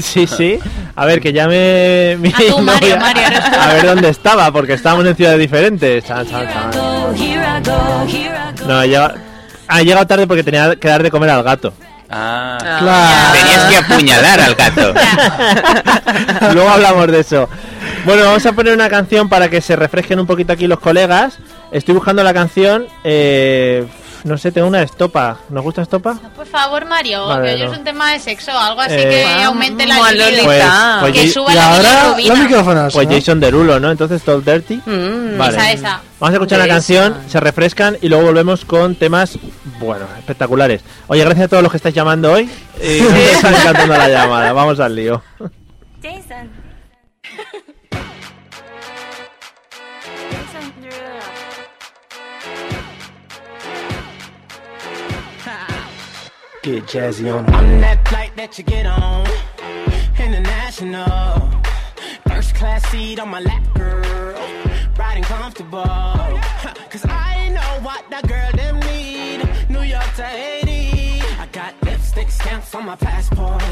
Sí, sí. A ver, que llame mi
A tú, Mario,
novia.
Mario, eres tú.
A ver dónde estaba, porque estábamos en ciudades diferentes. Chan, chan, chan. No, llega... Ah, he llegado tarde porque tenía que dar de comer al gato.
Ah.
Claro.
Tenías que apuñalar al gato.
Luego hablamos de eso. Bueno, vamos a poner una canción para que se refresquen un poquito aquí los colegas. Estoy buscando la canción. eh, No sé, tengo una estopa. ¿Nos gusta estopa?
No, por favor, Mario,
Vale,
que hoy
no.
es un tema de sexo o algo así
Eh,
que
Guau,
aumente la
mua,
libido.
Lolita.
Pues, pues
que
Jay-
suba
Y
la
ahora los
bilirrubina.
micrófonos.
Pues
¿no?
Jason Derulo, ¿no? Entonces, Tall Dirty.
Mm,
Vale.
Esa, esa.
Vamos a escuchar la
Esa.
canción, se refrescan y luego volvemos con temas, bueno, espectaculares. Oye, gracias a todos los que estáis llamando hoy. Y nos está encantando la llamada. Vamos al lío.
Jason. Jason Derulo.
Get jazzy on I'm that flight that you get on. International. First class seat on my lap, girl. Riding comfortable. Ha, Cause I know what that girl them need. New York to Haiti. I got lipstick stamps on my passport.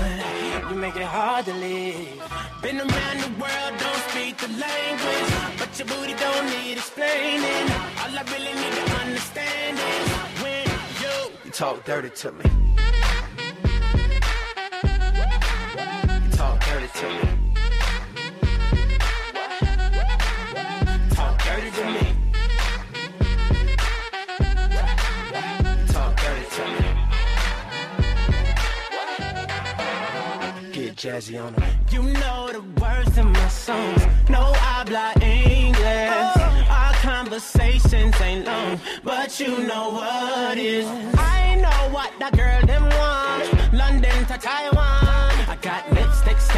You make it hard to leave. Been around the world, don't speak the language. But your booty don't need explaining. All I really need to understand is when you. You talk dirty to me. Talk dirty to me. Talk dirty to me. Talk dirty to me. Get jazzy on 'em. You know the words to my songs. No habla English. Our conversations ain't long, but you know what is. I know what that girl them want. London to Taiwan. I got lipstick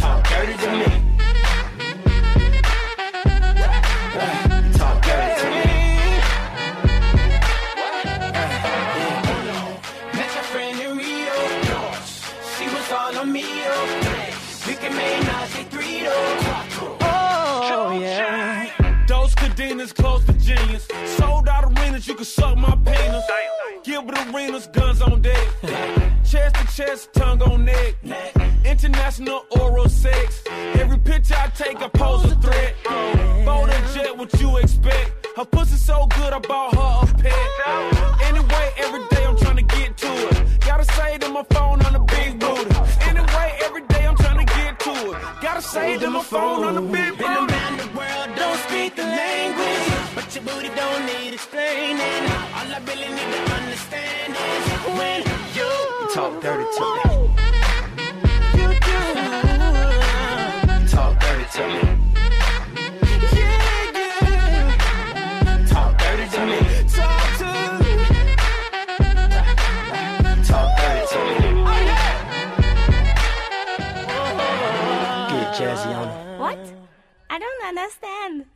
Talk dirty to me. Talk dirty to me. Met a friend in Rio. She was all on me. oh. We can make Nazi three to Oh, yeah.
Those cadenas close to genius. Sold out arenas, you can suck my penis. Gilbert arenas, guns on deck. chest to chest, tongue on neck. International oral sex. Every picture I take, I pose a threat. Bone and jet, what you expect? Her pussy so good, I bought her a pet. Anyway, every day I'm trying to get to it. Gotta say to my phone on the big booty. Anyway, every day I'm trying to get to it. Gotta say to my phone on the big
Been
booty.
around the world, don't speak the language. But your booty don't need explaining. All I really need to understand is when you, talk dirty to me. You do. Talk dirty to me. Yeah, yeah. Talk dirty to me. Talk to me. Talk dirty to me. Oh, yeah. Get jazzy on it.
What? I don't understand.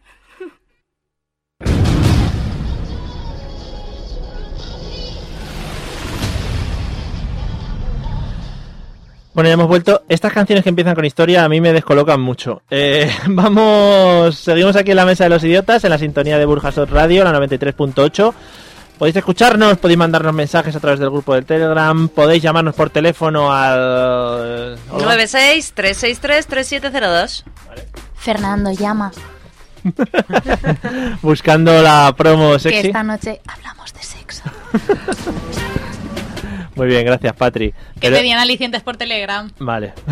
Bueno, ya hemos vuelto. Estas canciones que empiezan con historia a mí me descolocan mucho. Eh, vamos, seguimos aquí en la Mesa de los Idiotas, en la sintonía de Burjasot Radio, la 93.8. Podéis escucharnos, podéis mandarnos mensajes a través del grupo del Telegram, podéis llamarnos por teléfono al...
96-363-3702.
Fernando llama.
Buscando la promo
Que
sexy.
esta noche hablamos de sexo.
Muy bien, gracias, Patri.
Que
Pero-
pedían alicientes por Telegram.
Vale.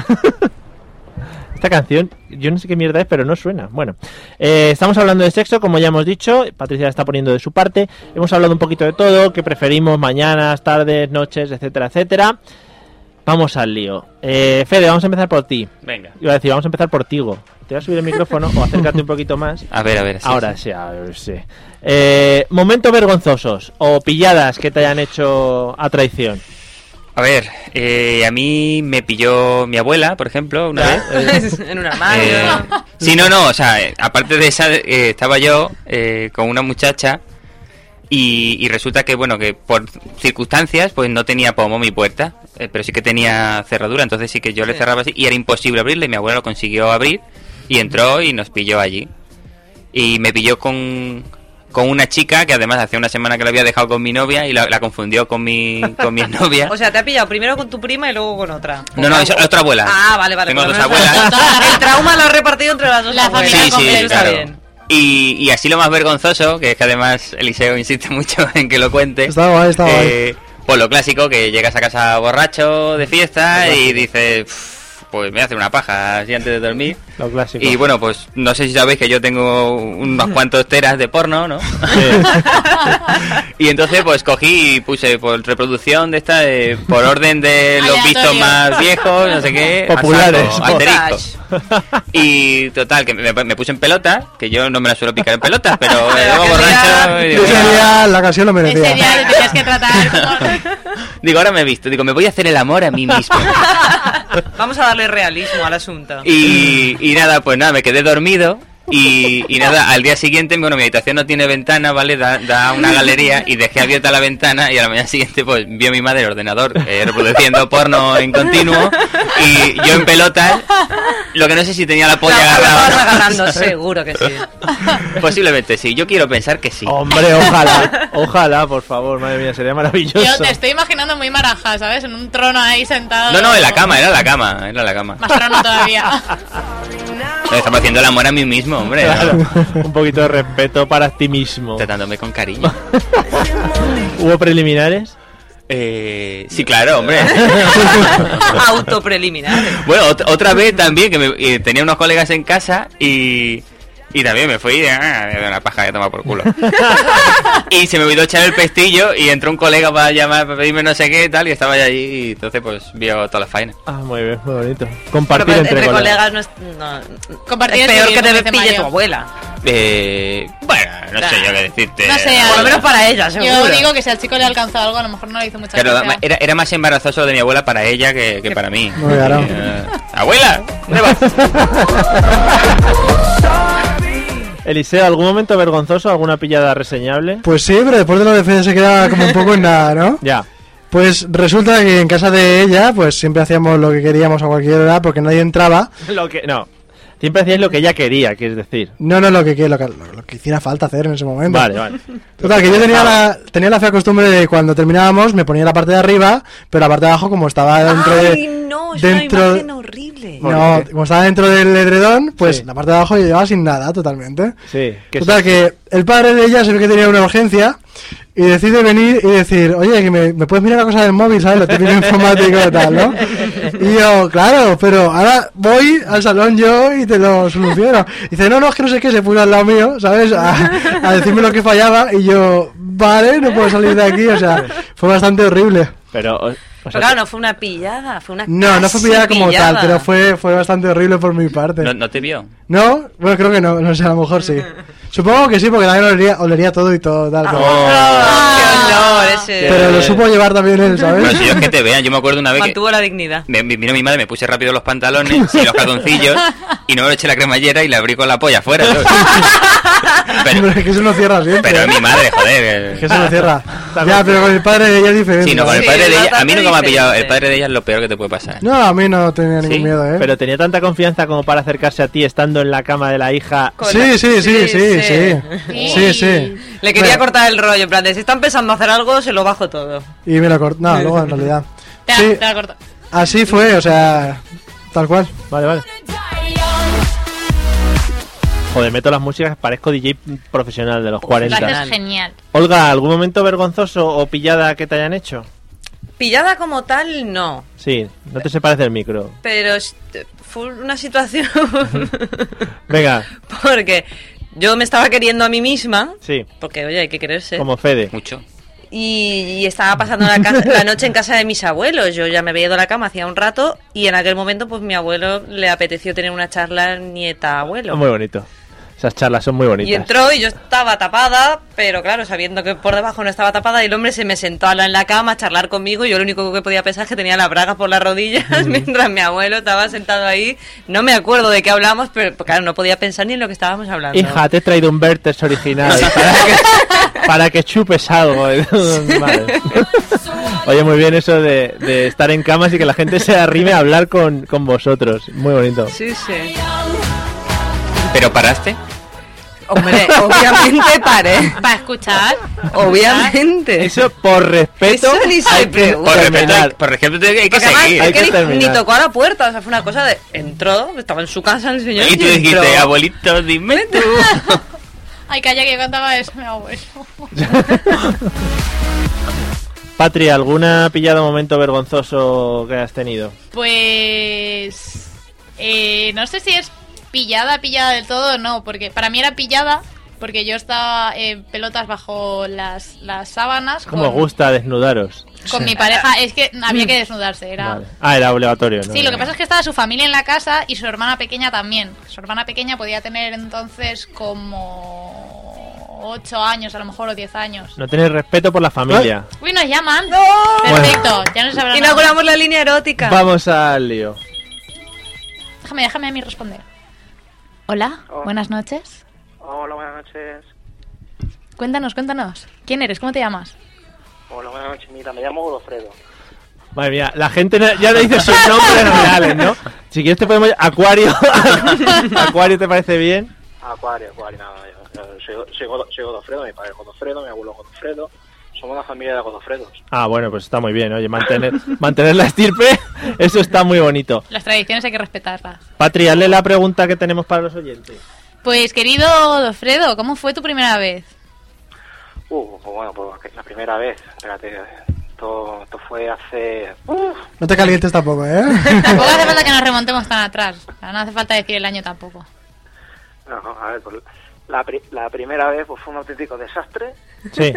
Esta canción, yo no sé qué mierda es, pero no suena. Bueno, eh, estamos hablando de sexo, como ya hemos dicho. Patricia la está poniendo de su parte. Hemos hablado un poquito de todo, que preferimos mañanas, tardes, noches, etcétera, etcétera. Vamos al lío. Eh, Fede, vamos a empezar por ti.
Venga.
Iba a decir, vamos a empezar por Tigo. Te voy a subir el micrófono o acércate un poquito más.
A ver, a ver. sí,
Ahora
sí.
sí, ahora sí. Eh, momentos vergonzosos o pilladas que te hayan hecho a traición.
A ver, eh, a mí me pilló mi abuela, por ejemplo, una vez.
en un armario.
Eh, sí, no, no, o sea, eh, aparte de esa, eh, estaba yo eh, con una muchacha y, y resulta que, bueno, que por circunstancias, pues no tenía pomo mi puerta, eh, pero sí que tenía cerradura, entonces sí que yo le
Sí.
cerraba así y era imposible abrirle, y mi abuela lo consiguió abrir y entró y nos pilló allí. Y me pilló con, con una chica que además hace una semana que la había dejado con mi novia y la, la confundió con mi, con mi novia.
O sea, te ha pillado primero con tu prima y luego con otra.
No, no, es otra abuela.
Ah, vale, vale.
Tengo
por lo
dos
menos
abuelas.
la- El trauma lo ha repartido entre las dos
La
abuelas.
familia
Sí, sí,
completa.
Está
claro.
bien.
Y, y así lo más vergonzoso, que es que además Eliseo insiste mucho en que lo cuente.
Está guay, está guay.
eh, pues lo clásico, que llegas a casa borracho de fiesta y dices, "Uf, pues me hace una paja así antes de dormir.
Lo clásico.
Y bueno, pues no sé si sabéis que yo tengo unos cuantos teras de porno, ¿no? y entonces pues cogí y puse por reproducción de esta, de- por orden de los
Aleatorio.
vistos más viejos, no sé qué. a saco,
Populares.
asterisco.
Gosh.
Y total, que me, me puse en pelota, que yo no me la suelo picar en pelotas, pero me
Pero
llevo
que
borracho.
sea-
y digo,
Ese día la canción lo
Pues
Ese
merecía.
día te tenías que tratar con-
Digo, ahora me he visto, digo, me voy a hacer el amor a mí mismo.
Vamos a darle realismo al asunto.
Y, y nada, pues nada, me quedé dormido. Y, y nada, al día siguiente, bueno, mi habitación no tiene ventana, ¿vale? Da, da una galería y dejé abierta la ventana y a la mañana siguiente, pues, vio mi madre el ordenador eh, reproduciendo porno en continuo y yo en pelotas, lo que no sé si tenía la polla
La- la
agarrada.
estabas
o no,
agarrando,
¿sabes?
seguro que sí.
Posiblemente sí, yo quiero pensar que sí.
Hombre, ojalá, ojalá, por favor, madre mía, sería maravilloso.
Yo te estoy imaginando muy maranja, ¿sabes? En un trono ahí sentado.
No, no, en la cama, eh. era la cama, era la cama.
Más trono todavía.
Me estaba haciendo el amor a mí mismo, hombre. ¿no?
Claro, un poquito de respeto para ti mismo.
Tratándome con cariño.
¿Hubo preliminares?
Eh, sí, claro, hombre.
Autopreliminar.
Bueno, ot- otra vez también, que me- eh, tenía unos colegas en casa y, y también me fui ah, me dio una paja que toma por culo. y se me olvidó echar el pestillo y entró un colega para llamar, para pedirme no sé qué y tal, y estaba yo allí y entonces pues vio toda la faena.
Ah, muy bien, muy bonito.
Pero
Compartir
entre,
entre, colegas.
colegas no es. no-
Compartir
es
el
peor
vivir,
que te
como dice
pille tu
Mario.
abuela.
Eh, bueno, no sé yo qué decirte.
No sé,
Por lo
Abuela.
menos para ella, seguro.
Yo digo que si al chico le ha alcanzado algo, a lo mejor no le hizo mucha
Claro,
gracia.
era, era más embarazoso de mi abuela para ella que, que para mí.
Muy claro.
Eh, abuela, ¿dónde vas?
Eliseo, ¿algún momento vergonzoso? ¿Alguna pillada reseñable?
Pues sí, pero después de lo de Fede se queda como un poco en nada, ¿no?
Ya.
Pues resulta que en casa de ella, pues siempre hacíamos lo que queríamos a cualquier hora porque nadie entraba.
Lo que, no. Siempre hacías lo que ella quería, quieres decir.
No, no, lo que, lo que, lo que hiciera falta hacer en ese momento.
Vale, vale.
Total, que yo tenía la, tenía la fea costumbre de cuando terminábamos me ponía la parte de arriba, pero la parte de abajo como estaba dentro de... dentro-
horrible.
No, como estaba dentro del edredón, pues
Sí.
la parte de abajo yo llevaba sin nada totalmente.
Sí. Que
Total, que el padre de ella se ve que tenía una urgencia y decide venir y decir, oye, que me, me puedes mirar la cosa del móvil, ¿sabes? Lo típico informático y tal, ¿no? Y yo, claro, pero ahora voy al salón yo y te lo soluciono. Y dice, no, no, es que no sé qué, se puso al lado mío, ¿sabes? A, a decirme lo que fallaba y yo, vale, no puedo salir de aquí, o sea, fue bastante horrible.
Pero, o- o
Pero
sea,
claro, no fue una pillada, fue una.
No, no fue
casi
pillada como tal,
pillada.
pero fue, fue bastante horrible por mi parte.
No, no te vio.
¿No? Bueno, creo que no, no sé, a lo mejor sí. Supongo que sí, porque también olería, olería todo y todo, tal. como-
Oh,
Ah, ¡Qué olor ese!
Pero lo
Eh,
supo llevar también él,
Bueno,
¿sabes?
si yo es que te vean, yo me acuerdo una vez que
Mantuvo la dignidad.
me, me vino mi madre, me puse rápido los pantalones y los calzoncillos y no me lo eché la cremallera y la abrí con la polla afuera. ¿sabes? Pero,
Hombre, que eso no cierra siempre.
pero es mi madre, joder. eh.
Que eso no cierra. Ya, pero con el padre de ella es diferente.
Sí, no, con el
Sí,
padre de ella, a mí
bastante
nunca me ha pillado. El
diferente.
padre de ella es lo peor que te puede pasar.
No, a mí no tenía ningún
Sí,
miedo, ¿eh?
pero tenía tanta confianza como para acercarse a ti estando en la cama de la hija.
Con la-
Sí, sí, sí, sí, sí.
Sí.
Sí, sí.
Le quería
Bueno,
cortar el rollo, en plan, de, si está empezando a hacer algo, se lo bajo todo.
Y me lo cortó. No, luego en realidad.
Te la-
Sí,
te la corto.
así fue, o sea, tal cual.
Vale, vale. Joder, meto las músicas, parezco DJ profesional de los
Lo
40.
Gracias.
haces genial.
Olga, ¿algún momento vergonzoso o pillada que te hayan hecho?
Pillada como tal, no.
Sí, no te separes del micro.
Pero s- fue una situación.
Venga,
porque yo me estaba queriendo a mí misma.
sí,
Porque, oye, hay que quererse.
como Fede.
Mucho.
Y, y estaba pasando la, casa- la noche en casa de mis abuelos. Yo ya me había ido a la cama hacía un rato. Y en aquel momento, pues mi abuelo le apeteció tener una charla nieta-abuelo.
Muy bonito. Esas charlas son muy bonitas.
Y entró y yo estaba tapada, pero claro, sabiendo que por debajo no estaba tapada, y el hombre se me sentó a la- en la cama a charlar conmigo. Y yo lo único que podía pensar es que tenía la braga por las rodillas, mientras mi abuelo estaba sentado ahí. No me acuerdo de qué hablamos, pero pues, claro, no podía pensar ni en lo que estábamos hablando.
Hija, te he traído un Vertex original para que, para que chupes algo. Vale. Oye, muy bien eso de, de estar en camas y que la gente se arrime a hablar con, con vosotros. Muy bonito.
Sí, sí.
¿Pero paraste?
Hombre, obviamente paré.
Para escuchar.
Obviamente.
Eso por respeto.
Eso ni se
hay que
pregunta.
Por respeto,
terminar.
hay- por ejemplo, hay que
Porque además,
seguir.
hay
es que
que
ni- ni
terminar.
tocó a la puerta, o sea, fue una cosa de. Entró, estaba en su casa el señor.
Y tú
entró.
dijiste, abuelito, dime tú.
Ay, calla que yo cantaba eso, mi abuelo.
Patria, ¿alguna pillado momento vergonzoso que has tenido?
Pues. eh, no sé si es pillada, pillada del todo o no, porque para mí era pillada, porque yo estaba en pelotas bajo las, las sábanas.
¿Cómo
con,
os gusta desnudaros?
Con mi pareja, es que había que desnudarse, era.
Vale. Ah, era obligatorio, ¿no?
Sí, lo que pasa es que estaba su familia en la casa y su hermana pequeña también. Su hermana pequeña podía tener entonces como 8 años, a lo mejor, o 10 años.
No tenéis respeto por la familia.
Uy, nos llaman. Perfecto, ya no sabrán.
Inauguramos la línea erótica.
Vamos al lío.
Déjame, déjame a mí responder. Hola, buenas noches.
Hola, buenas noches.
Cuéntanos, cuéntanos. ¿Quién eres? ¿Cómo te llamas?
Hola, buenas noches. Mira, me llamo Godofredo.
Madre mía, la gente no- ya le dice sus nombres reales, ¿no? Si quieres te podemos... Acuario. Acuario, ¿te parece bien?
Acuario, Acuario, nada. yo- yo Soy, soy, Godo- soy Godofredo, mi padre es Godofredo, mi abuelo es Godofredo. Somos una familia de Godofredos.
Ah, bueno, pues está muy bien, oye, mantener, mantener la estirpe, eso está muy bonito.
Las tradiciones hay que respetarlas.
Patria, hazle la pregunta que tenemos para los oyentes.
Pues, querido Dofredo, ¿cómo fue tu primera vez?
Uh, pues bueno, pues que- la primera vez. Espérate, esto, esto fue hace... Uh,
No te calientes tampoco, ¿eh?
Tampoco hace falta que nos remontemos tan atrás. No hace falta decir el año tampoco.
no, no, a ver, pues la, pri- la primera vez pues, fue un auténtico desastre.
Sí.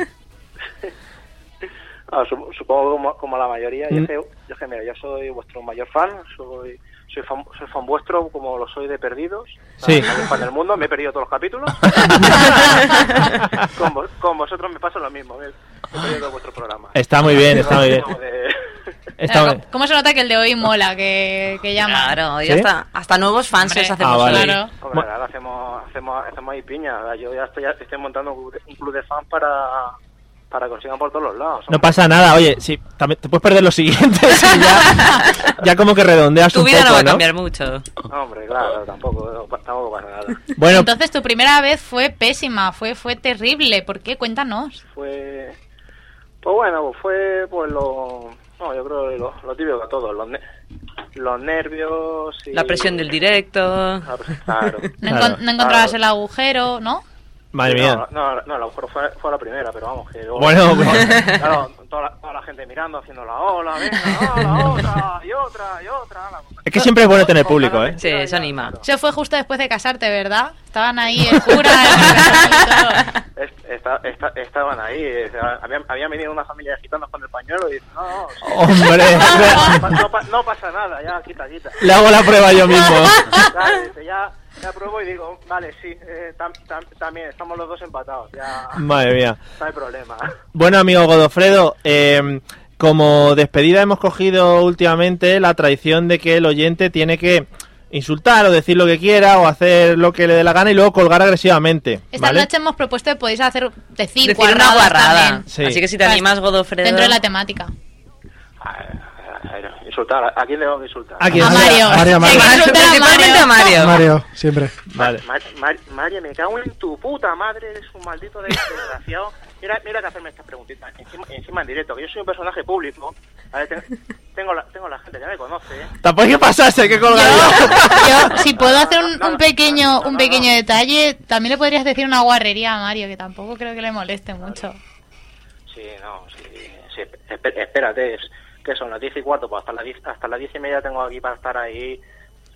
Ah, sup- supongo como, como la mayoría.
Mm.
Yo, que, yo que, mira, yo soy vuestro mayor fan, soy, soy, fan, soy fan vuestro como lo soy de Perdidos.
Sí.
El mayor fan del mundo, me he perdido todos los capítulos. con, vos- con vosotros me pasa lo mismo, me me he perdido vuestro programa.
Está muy bien, está muy bien.
De-
Está
Pero,
bien.
¿Cómo se nota que el de hoy mola, que, que llama?
Claro, ya
¿Sí?
está. Hasta nuevos fans
Hombre.
les hacemos.
Ah, vale.
Claro.
Hombre, ahora hacemos, hacemos, hacemos ahí piña. ¿verdad? Yo ya estoy, estoy montando un club de- un club de fans para, para que os sigan por todos los lados.
No pasa nada, oye, sí, también te puedes perder los siguientes y ya, ya como que redondeas
Tu
un
vida
poco,
no va a
¿no?
cambiar mucho.
Hombre, claro, tampoco, tampoco pasa nada.
Bueno,
Entonces tu primera vez fue pésima, fue fue terrible. ¿Por qué? Cuéntanos.
fue pues bueno pues fue pues lo no yo creo que lo, lo típico de todos los, ne- los nervios y
La presión del directo.
Ah, pues, claro
No,
Claro.
encon- no encontrabas
Claro.
el agujero, ¿no?
madre mía.
no, no, no, a lo mejor fue, fue la primera, pero vamos, que luego-
Bueno, pues. bueno.
Claro, toda la, toda la gente mirando, haciendo la ola, venga, ola, otra, y otra, y otra. la-
Es que siempre es bueno tener público, ¿eh?
Sí, eso anima.
Eso fue justo después de casarte, ¿verdad? Estaban ahí el cura, el todo.
Es- esta- esta- estaban ahí, eh, o sea, habían, habían venido una familia de gitanos con el pañuelo y dicen, no, no, sí,
Hombre,
no, pa- no pa- no pasa nada, ya, quita, quita.
le hago la prueba yo mismo.
Claro, dice, ya, ya pruebo y digo, vale, sí, eh, tam- tam- también estamos los dos empatados, ya
Madre mía.
no hay problema.
Bueno, amigo Godofredo, eh, como despedida hemos cogido últimamente la tradición de que el oyente tiene que insultar o decir lo que quiera o hacer lo que le dé la gana y luego colgar agresivamente.
Esta
¿vale?
noche hemos propuesto que podéis hacer decir,
Decir una
guarradas
guarrada.
también, Pues,
Sí.
Así que si te animas, Godofredo.
dentro de la temática.
Insultar, ¿a- ¿a quién le vamos a insultar?
Aquí
A
está.
Mario.
Mario, Mario.
Hay que insultar a
Principalmente a
Mario.
Mario.
Mario, siempre.
Vale.
Mar- Mar- María, me cago en tu puta madre, eres un maldito desgraciado. Mira, mira que hacerme estas preguntitas, encima, encima en directo, que yo soy un personaje público. A ver, te- tengo, la, tengo la gente que me conoce, ¿eh?
Tampoco hay que pasarse, hay que colgar yo.
Yo, si puedo hacer un,
No, no,
un pequeño
no, no,
un
no.
pequeño detalle, también le podrías decir una guarrería a Mario, que tampoco creo que le moleste mucho.
Sí, no, sí, sí, esp- espérate, es- que son las 10 y cuarto, pues hasta las 10, hasta las 10 y media tengo aquí para estar ahí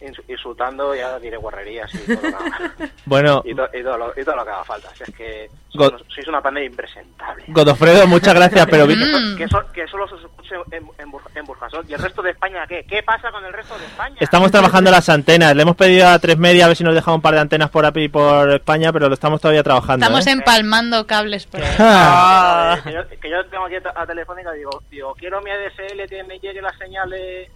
ins- insultando y ahora diré guarrerías y todo, lo que-
Bueno,
y to- y todo lo, y todo lo que haga falta. Si es que
God-
sois, unos- sois una pandemia impresentable.
Godofredo, muchas gracias, pero... vi-
Que, so-
Mm.
que, so- que solo se escuche en, en, Bur- en Burjasot. ¿Y el resto de España qué? ¿Qué pasa con el resto de España?
Estamos trabajando las antenas. Le hemos pedido a tres media a ver si nos deja un par de antenas por aquí y por España, pero lo estamos todavía trabajando.
Estamos
¿eh?
empalmando cables por ahí.
Ah, que, yo, que yo tengo aquí a, a Telefónica y digo, digo, quiero mi ADSL que me llegue la señal de,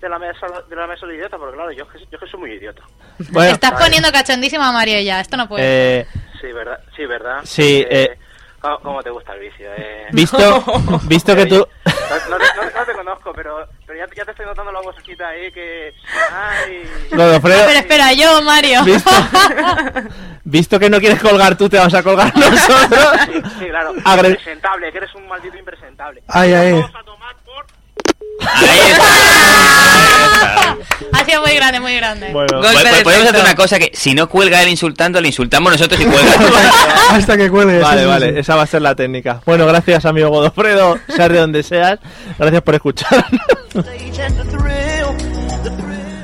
de la mesa de la mesa de idiota, porque claro, yo, es que- yo es que soy muy idiota.
Bueno,
Estás poniendo cachondísimo a Mario ya, esto no puede.
eh,
Sí, verdad, sí, verdad.
Sí, eh,
¿cómo, cómo te gusta el vicio? Eh?
visto, visto que tú...
No, no te, no te- no te conozco, pero, pero ya, ya te estoy notando la vocecita ahí que... ¡Ay!
Godofredo.
Pero espera, yo, Mario.
¿Visto? Visto que no quieres colgar tú, te vas a colgar nosotros.
Sí, claro.
Agre- Eh.
Impresentable, que eres un maldito impresentable.
Ay, ay.
Ha sido muy grande, muy grande.
Bueno,
Pod- pod- Pues, podemos hacer una cosa que si no cuelga él insultando, le insultamos nosotros y cuelga.
Hasta que cuelgue.
Vale,
sí, sí,
vale,
sí.
esa va a ser la técnica. Bueno, gracias amigo Godofredo, seas de donde seas, gracias por escucharnos.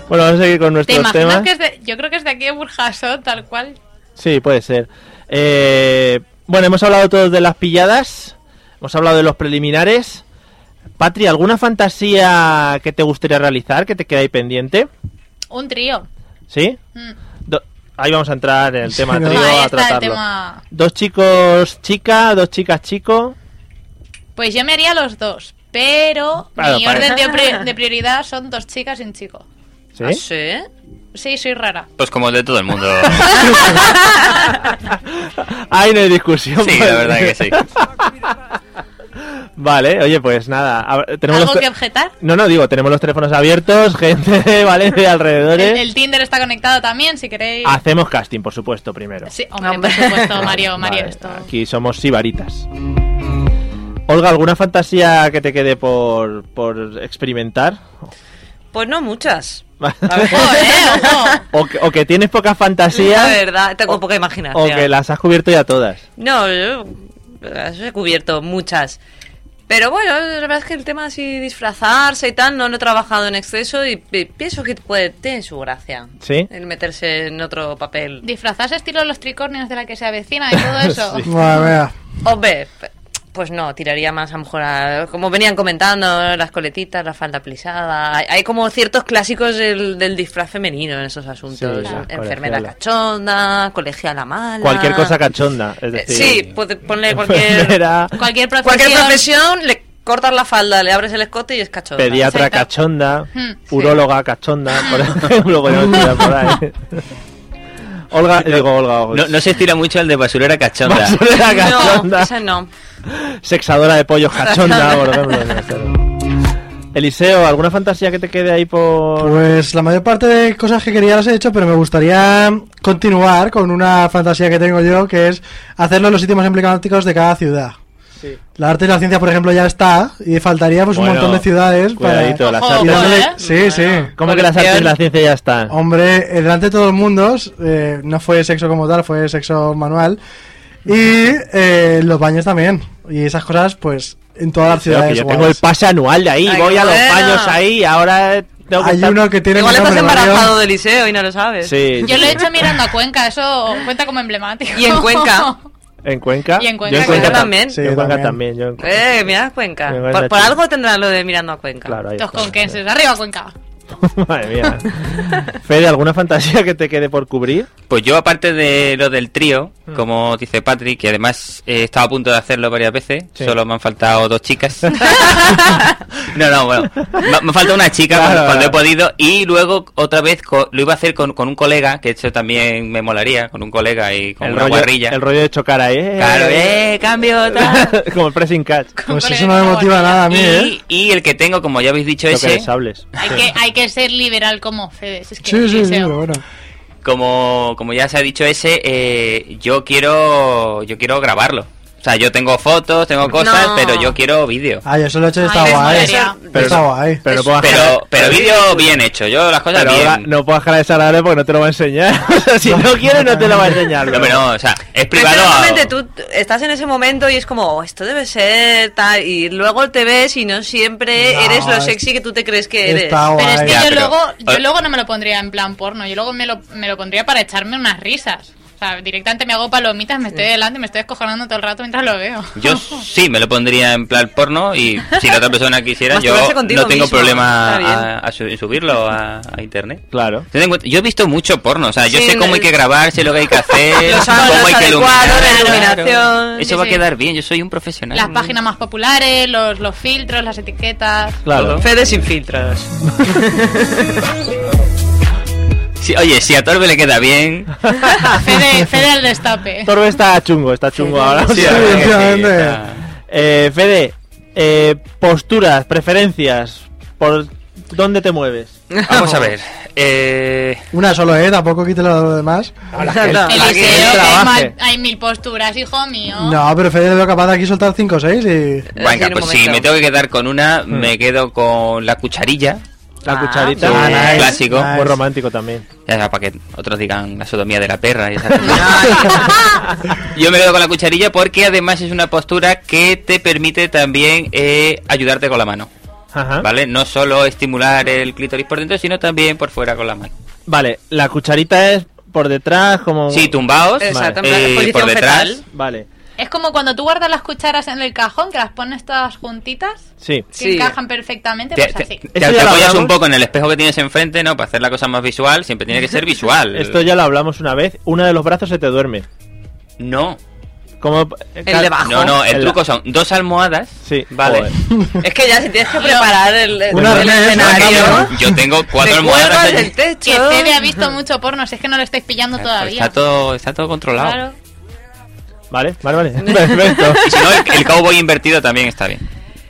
Bueno, vamos a seguir con
¿Te
nuestros
imaginas
temas.
que es de, yo creo que es de aquí de Burjasot, tal cual?
Sí, puede ser. Eh, bueno, hemos hablado todos de las pilladas, hemos hablado de los preliminares. Patri, ¿alguna fantasía que te gustaría realizar, que te queda ahí pendiente?
Un trío.
¿Sí?
Mm.
Do- ahí vamos a entrar en el tema
¿no?
trío
Ahí está
a
el
tratarlo.
tema.
Dos chicos chica, dos chicas chico.
Pues yo me haría los dos, pero
Claro,
mi
para-
orden de, pri- de prioridad son dos chicas y un chico. Ah,
¿Sí?
¿Sí?
Sí, soy rara.
Pues como el de todo el mundo.
Ahí no hay discusión.
Sí, la verdad que sí.
Vale, oye, pues nada. a- tenemos
¿Algo
los
que
te-
objetar?
No, no, digo, tenemos los teléfonos abiertos, gente de Valencia y
El,
alrededores.
el Tinder está conectado también, si queréis.
Hacemos casting, por supuesto, primero.
Sí, hombre, por supuesto, Mario, Mario,
Vale,
esto.
Aquí somos sibaritas. Olga, ¿alguna fantasía que te quede por, por experimentar?
Pues no muchas.
Ojo, eh, ojo.
o, que, o que tienes pocas
La
fantasías
verdad, tengo poca imaginación.
o que las has cubierto ya todas.
No, yo las he cubierto muchas. Pero bueno, la verdad es que el tema así disfrazarse y tal, no lo he trabajado en exceso y pi- pienso que puede, tiene su gracia.
¿Sí?
El meterse en otro papel.
Disfrazarse estilo los tricornios de la que se avecina y todo eso.
Sí.
Vale, vea.
Hombre, p- pues no, tiraría más a lo mejor a- como venían comentando, ¿no? las coletitas, la falda plisada. Hay, hay como ciertos clásicos del, del disfraz femenino en esos asuntos.
Sí, claro.
Enfermera
Colegiala.
cachonda, colegiala mala.
Cualquier cosa cachonda. Es
Eh,
decir,
Sí,
pues,
puede ponerle cualquier,
enfermera,
Cualquier profesión.
cualquier profesión, le cortas la falda, le abres el escote y es cachonda.
pediatra
Exacto.
cachonda,
Hmm, sí.
uróloga cachonda, por ejemplo, podemos tirar por ahí. Olga, digo Olga,
No, no se estira mucho el de basurera cachonda.
Basurera
No,
cachonda,
esa no.
sexadora de pollos cachonda, por ejemplo. Eliseo, ¿alguna fantasía que te quede ahí por...?
Pues la mayor parte de cosas que quería las he hecho, pero me gustaría continuar con una fantasía que tengo yo, que es hacerlo en los sitios más emblemáticos de cada ciudad. La arte y la ciencia, por ejemplo, ya está, y faltaría pues
Bueno,
un montón de ciudades
Cuidadito,
para...
las
Ojo,
y
artes.
ojo,
dándole-
¿eh?
Sí, sí.
¿Cómo que las artes y la ciencia ya están?
Hombre, eh, delante de todo el mundo, eh, no fue sexo como tal, fue sexo manual. Y eh, los baños también. Y esas cosas, pues, en todas las
Creo que
ciudades.
yo tengo el
guays.
pase anual de ahí,
Ay,
voy a los
bueno.
baños ahí, ahora tengo que
Hay
estar-
uno que tiene
Igual
mi
estás
nombre, Mario.
embarazado de liceo y no lo sabes.
Sí,
Yo
sí.
lo he hecho mirando a Cuenca, eso cuenta como emblemático.
Y en Cuenca.
¿En Cuenca?
Y en Cuenca,
Yo en
claro.
Cuenca
También.
Yo en
Sí,
Cuenca también.
también.
yo en Cuenca.
Eh, mira Cuenca.
Me guarda
Por, por
chico.
algo tendrán lo de mirando a Cuenca.
Claro, ahí
Los
está.
conquenses, arriba Cuenca.
Madre mía. Fede, ¿alguna fantasía que te quede por cubrir?
Pues yo, aparte de lo del trío,
Mm.
como dice Patrick, que además he estado a punto de hacerlo varias veces,
Sí.
solo me han faltado dos chicas. no, no, bueno, me, me falta una chica
Claro,
cuando, cuando he podido,
claro.
y luego otra vez co- lo iba a hacer con, con un colega, que eso también me molaría, con un colega y con una
rollo,
guarrilla.
el rollo de chocar ahí. eh,
Claro, eh, cambio, tal.
Como el pressing catch.
Pues
Con
eso no me
colegas,
motiva nada a mí, ¿eh?
Y, y el que tengo, como ya habéis dicho,
Choque de
ese,
sables.
Hay que, hay que ser liberal como Fede. si Es que
Sí, sí, sí,
deseo.
pero bueno.
como, como ya se ha dicho ese, eh, yo quiero yo quiero grabarlo. O sea, yo tengo fotos, tengo cosas,
No.
pero yo quiero vídeo.
Ah, yo solo he hecho y está
Ay,
guay.
eso molaría.
Pero está guay.
Pero no puedo
Pero, pero vídeo bien hecho, yo las cosas
Pero ahora
bien.
no puedo dejar de saludar porque no te lo va a enseñar. O sea, si no quieres, no te lo va a enseñar.
No, pero no, o sea, es
Pero
privado.
seguramente tú t- estás en ese momento y es como, "Oh, esto debe ser tal, y luego te ves y no siempre
No,
eres lo
es-
sexy que tú te crees que eres.
Está
Pero es
guay.
que
Ya,
yo,
pero-
luego, yo
eh.
luego no me lo pondría en plan porno, yo luego me lo, me lo pondría para echarme unas risas. O sea, directamente me hago palomitas, me estoy delante, me estoy escojonando todo el rato mientras lo veo.
Yo sí me lo pondría en plan porno y si la otra persona quisiera, yo
Masturbarse contigo
no tengo
mismo,
problema
está bien.
a, a su- subirlo a, a internet.
Claro.
Ten en cuenta- Yo he visto mucho porno, o sea, yo
Sí,
sé cómo hay
el-
que grabar, sé lo que hay que hacer,
Los
cómo
ángulos
hay que
adecuados, la
iluminar.
iluminación.
Eso
Sí,
va a
sí.
quedar bien, yo soy un profesional.
Las páginas más populares, los, los filtros, las etiquetas.
Claro.
Fede sin filtros.
Sí, oye, si a Torbe le queda bien, Ah.
Fede, Fede al destape.
Torbe está chungo, está chungo ahora.
sí, la
o sea,
verdad que sí,
efectivamente.
está-
eh, Fede, Eh, posturas, preferencias, ¿por dónde te mueves?
Vamos a ver. Eh,
Una solo, ¿eh? Tampoco quítelo a los demás.
Eliseo, que hay, mal- hay mil posturas, hijo mío.
No, pero Fede veo capaz de aquí soltar 5 o 6 y...
venga, pues si me tengo que quedar con una,
Hmm.
me quedo con la cucharilla.
La cucharita.
Un
Ah, nice,
clásico.
nice. Muy romántico también.
Ya sea, para que otros digan la sodomía de la perra y esas cosas. Yo me quedo con la cucharilla porque además es una postura que te permite también eh, ayudarte con la mano.
Ajá.
¿Vale? No solo estimular el clítoris por dentro, sino también por fuera con la mano.
Vale, la cucharita es por detrás, como.
Sí, tumbaos. Exacto, en plan, Eh, posición por detrás. fetal.
Vale,
Es como cuando tú guardas las cucharas en el cajón, que las pones todas juntitas,
sí.
que encajan perfectamente,
Te,
pues
te-
así.
te-
Eso ya
te
lo
apoyas
hablamos.
un poco en el espejo que tienes enfrente, ¿no? Para hacer la cosa más visual, siempre tiene que ser visual.
Esto ya lo hablamos una vez. Uno de los brazos se te duerme.
No.
Como.
El de abajo.
No, no, el,
El-
truco son dos almohadas.
Sí,
Vale.
joder.
Es que ya si tienes que preparar el, el-
Una
el
vez,
escenario.
Yo tengo cuatro
Te
almohadas
cuelgas
allí. Pues
del techo.
Que Fede ha visto mucho porno, si es que no lo estáis pillando todavía.
Está todo, está todo controlado.
Claro.
Vale, vale, vale. Perfecto.
Y si no, el, el cowboy invertido también está bien.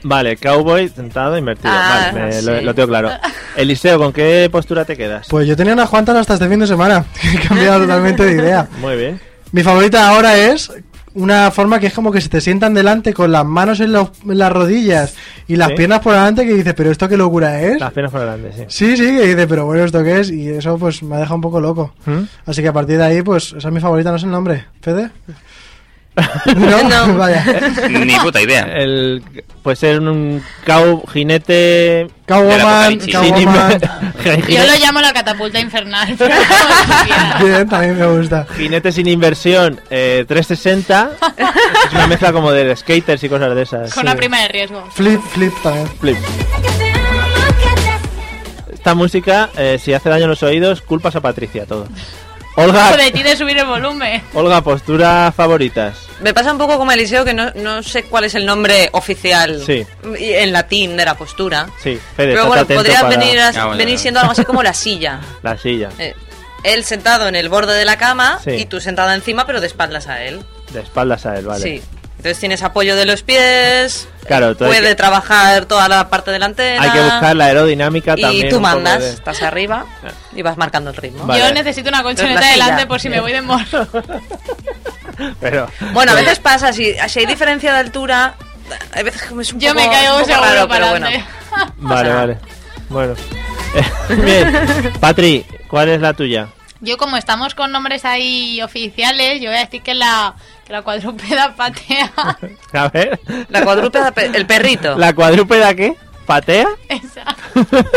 Vale, cowboy sentado invertido.
Ah,
vale, me-
sí.
lo, lo tengo claro. Eliseo, ¿con qué postura te quedas?
Pues yo tenía unas cuantas hasta este fin de semana. He cambiado totalmente de idea.
Muy bien.
Mi favorita ahora es una forma que es como que se te sientan delante con las manos en, los- en las rodillas y las
Sí.
piernas por delante que dices, pero esto qué locura es.
Las piernas por delante, sí.
Sí, sí, que dices, pero bueno, esto qué es. Y eso pues me ha dejado un poco loco.
¿Mm?
Así que a partir de ahí, pues esa es mi favorita, no sé el nombre. ¿Fede? No,
No.
vaya.
Ni puta idea.
El, puede ser un cow jinete.
Cowwoman,
apocalipsis.
sin
Cowwoman.
in-
Yo lo
jinete,
llamo la catapulta infernal. pero como quisiera.
Bien, también me gusta.
jinete sin inversión eh, 360. es una mezcla como de skaters y cosas de esas.
Con una prima de riesgo.
Flip, flip también.
Flip. Esta música, eh, si hace daño en los oídos, culpas a Patricia todo. Olga,
Ojo de ti de subir el volumen.
Olga, postura favoritas.
Me pasa un poco como a Eliseo que no, no sé cuál es el nombre oficial
Sí.
y- en latín de la postura.
Sí, Fede,
Pero
estate
bueno,
atento
podría
para
venir, a-
Ah, bueno.
venir siendo algo así como la silla.
la silla.
Eh, él sentado en el borde de la cama
Sí.
y tú sentada encima, pero de espaldas a él.
De espaldas a él, vale.
Sí. Entonces tienes apoyo de los pies, eh,
Claro, entonces
puede
hay que-
trabajar toda la parte delantera.
hay que buscar la aerodinámica también.
y tú
un poco
mandas,
de- Ah.
estás arriba y vas marcando el ritmo.
Vale.
Yo necesito una colchoneta
La silla.
delante por si me voy de morro.
Pero,
Bueno, a veces pasa, si, si hay diferencia de altura, hay veces que es un
Yo
poco,
me caigo
un poco
seguro
raro,
para
pero bueno.
adelante.
vale,
sea-
vale. Bueno. Bien. Patri, ¿cuál es la tuya?
Yo como estamos con nombres ahí oficiales, yo voy a decir que la, que la cuadrúpeda patea.
A ver.
La cuadrúpeda, pe- el perrito.
¿La cuadrúpeda qué? ¿Patea?
Esa.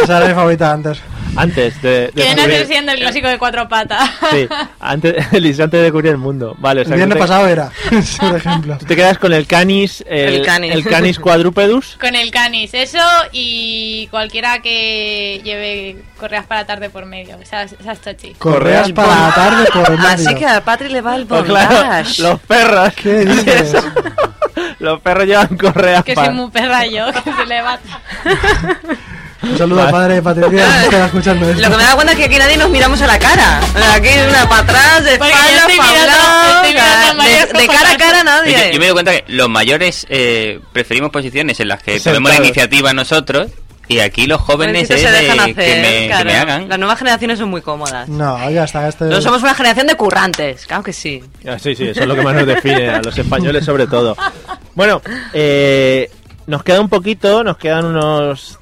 Esa era mi favorita antes.
Antes de. de
Que viene a
cubrir-
ser siendo el clásico de cuatro patas.
Sí, antes, Elisa, antes de cubrir el mundo. Vale, o
El
sea, que
viernes
tú te-
pasado era, por ejemplo.
Tú te quedas con el canis. El,
El canis.
el canis cuadrúpedus.
Con el canis, eso y cualquiera que lleve correas para tarde por medio. Esas, esas chochis.
Correas para la tarde por el
Así
medio.
que a Patri le va el
Pues
bondage.
claro, los perros.
¿Qué dices?
Los perros llevan correas
Que soy
para.
muy perra yo, que se le va.
Un saludo al padre de Patricia que está escuchando esto.
Lo que me da cuenta es que aquí nadie nos miramos a la cara. Aquí una para atrás, de
Porque
espalda,
yo estoy
para
mirando-
lado,
estoy mirando a
de-
María
de, cara a cara
Yo,
nadie.
yo me doy cuenta que los mayores eh, preferimos posiciones en las que
Sentados.
tomemos la iniciativa nosotros y aquí los jóvenes
Jovencitos
es
se
de
dejan hacer,
que, me, que
claro.
me hagan.
Las nuevas generaciones son muy cómodas.
No, ya está. Este...
No somos una generación de currantes, claro que sí.
Ah, sí, sí, eso es lo que más nos define, a los españoles sobre todo. Bueno, eh, nos queda un poquito, nos quedan unos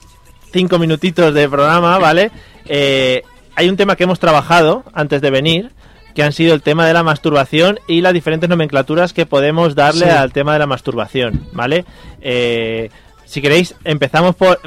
cinco minutitos de programa, ¿vale? Eh, hay un tema que hemos trabajado antes de venir, que han sido el tema de la masturbación y las diferentes nomenclaturas que podemos darle
Sí.
al tema de la masturbación, ¿vale? Eh, si queréis, empezamos por...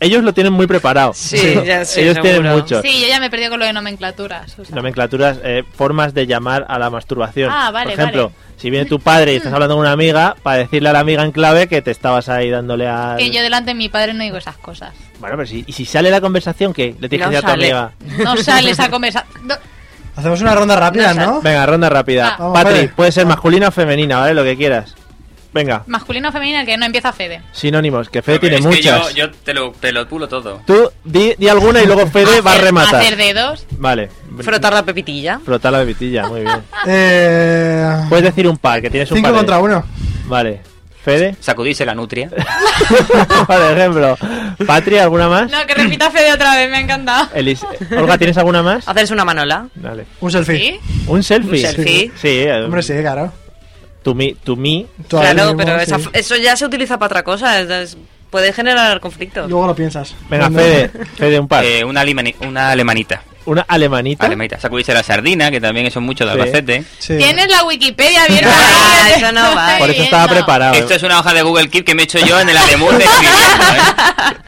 Ellos lo tienen muy preparado.
Sí, ya sí,
Ellos tienen
seguro.
mucho.
Sí, yo ya me he perdido con lo de nomenclaturas. o sea.
Nomenclaturas, eh, formas de llamar a la masturbación.
Ah, vale,
Por ejemplo,
vale.
si viene tu padre y estás hablando con una amiga, para decirle a la amiga en clave que te estabas ahí dándole a.
Que yo delante de mi padre no digo esas cosas.
Bueno, pero si, y si sale la conversación, ¿qué? Le tienes
No
que decir a tu
sale.
amiga.
No sale esa conversación.
Hacemos una ronda rápida, ¿no?
Venga, ronda rápida.
Ah.
Vamos,
Patri,
vale.
puede ser masculina o femenina, ¿vale? Lo que quieras. Venga,
Masculino o femenino, el que no empieza Fede.
sinónimos, que Fede tiene
Es que
muchas.
yo, yo te, lo, te lo pulo todo.
Tú di, di alguna y luego Fede va a
Hacer-
rematar.
Hacer dedos.
Vale.
Frotar la pepitilla.
Frotar la bebitilla, muy bien.
Eh...
Puedes decir Pues, un par, que tienes un
Cinco
par. de-
contra uno.
Vale. Fede.
Sacudirse la nutria.
Por ejemplo. Patria, ¿alguna más?
No, que repita Fede otra vez, me ha encantado.
Elis- Olga, ¿tienes alguna más?
Ah.
Hacerse una manola.
Dale.
Un selfie.
¿Un selfie?
Un selfie.
Sí. eh,
Hombre, sí, claro.
To me, to me.
claro, pero esa- eso ya se utiliza para otra cosa. es- es- puede generar conflictos.
Luego lo piensas.
Venga, Fede, Fede, un par.
Eh, una, alemani- una alemanita.
¿Una alemanita?
Alemanita. Sacudirse la sardina, que también eso es mucho de
Sí.
Albacete.
Tienes la Wikipedia abierta.
Ah, eso no va.
Por eso estaba preparado.
Esto es una hoja de Google Keep que me he hecho yo en el Alemur de escribiendo,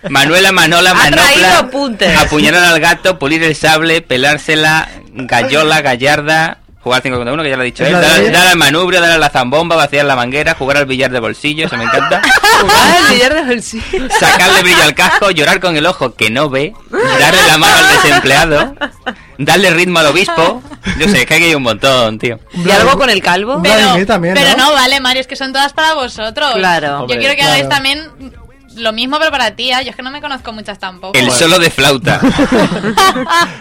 ¿eh? Manuela, Manola,
Ha traído
Manopla,
apuntes.
apuñalar al gato, pulir el sable, pelársela, gallola, gallarda, jugar 5 contra 1, que ya lo he dicho,
¿Es
él,
la de
dar,
ayer?
dar al manubrio, dar a la zambomba, vaciar la manguera, jugar al billar de bolsillo, eso me encanta,
Ah, el billar de bolsillo.
sacarle brillo al casco, llorar con el ojo que no ve, darle la mano al desempleado, darle ritmo al obispo, yo sé, es que aquí hay un montón, tío.
Y algo con el calvo.
Un
Pero,
Vladimir también,
pero
¿no?
no, vale, Mario, es que son todas para vosotros.
Claro.
Hombre,
Yo quiero que
claro.
hagáis también lo mismo, pero para ti. ¿eh? Yo es que no me conozco muchas tampoco.
El solo de flauta.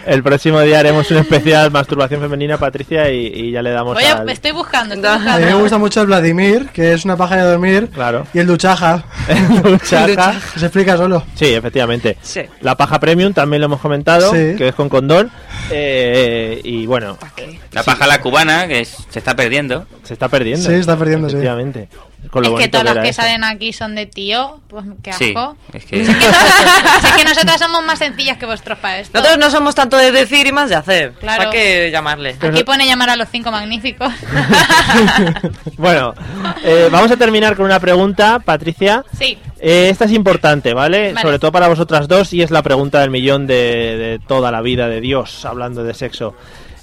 El próximo día haremos un especial masturbación femenina, Patricia, y, y ya le damos
Voy a-
al...
estoy buscando, estoy
No.
A mí me
buscando.
gusta mucho el Vladimir, que es una paja de dormir.
Claro.
Y el duchaja.
El duchaja.
Se explica solo.
Sí, efectivamente.
Sí.
La paja premium también lo hemos comentado,
Sí.
que es con condón. Eh, y bueno,
La paja a la cubana, que es- se está perdiendo.
se está perdiendo.
Sí, está perdiendo, sí.
Efectivamente. Con
Es
lo
que
bonito
todas las
era
que
eso.
salen aquí son de tío, pues qué
Sí,
asco.
es que...
Si es que nosotras somos más sencillas que vosotros para esto.
Nosotros no somos tanto de decir y más de hacer.
Claro.
¿Para qué llamarle?
Aquí pone llamar a los cinco magníficos.
Bueno, eh, vamos a terminar con una pregunta, Patricia.
sí.
Eh, esta es importante, ¿vale?
Vale.
Sobre todo para vosotras dos y es la pregunta del millón de, de toda la vida de Dios hablando de sexo.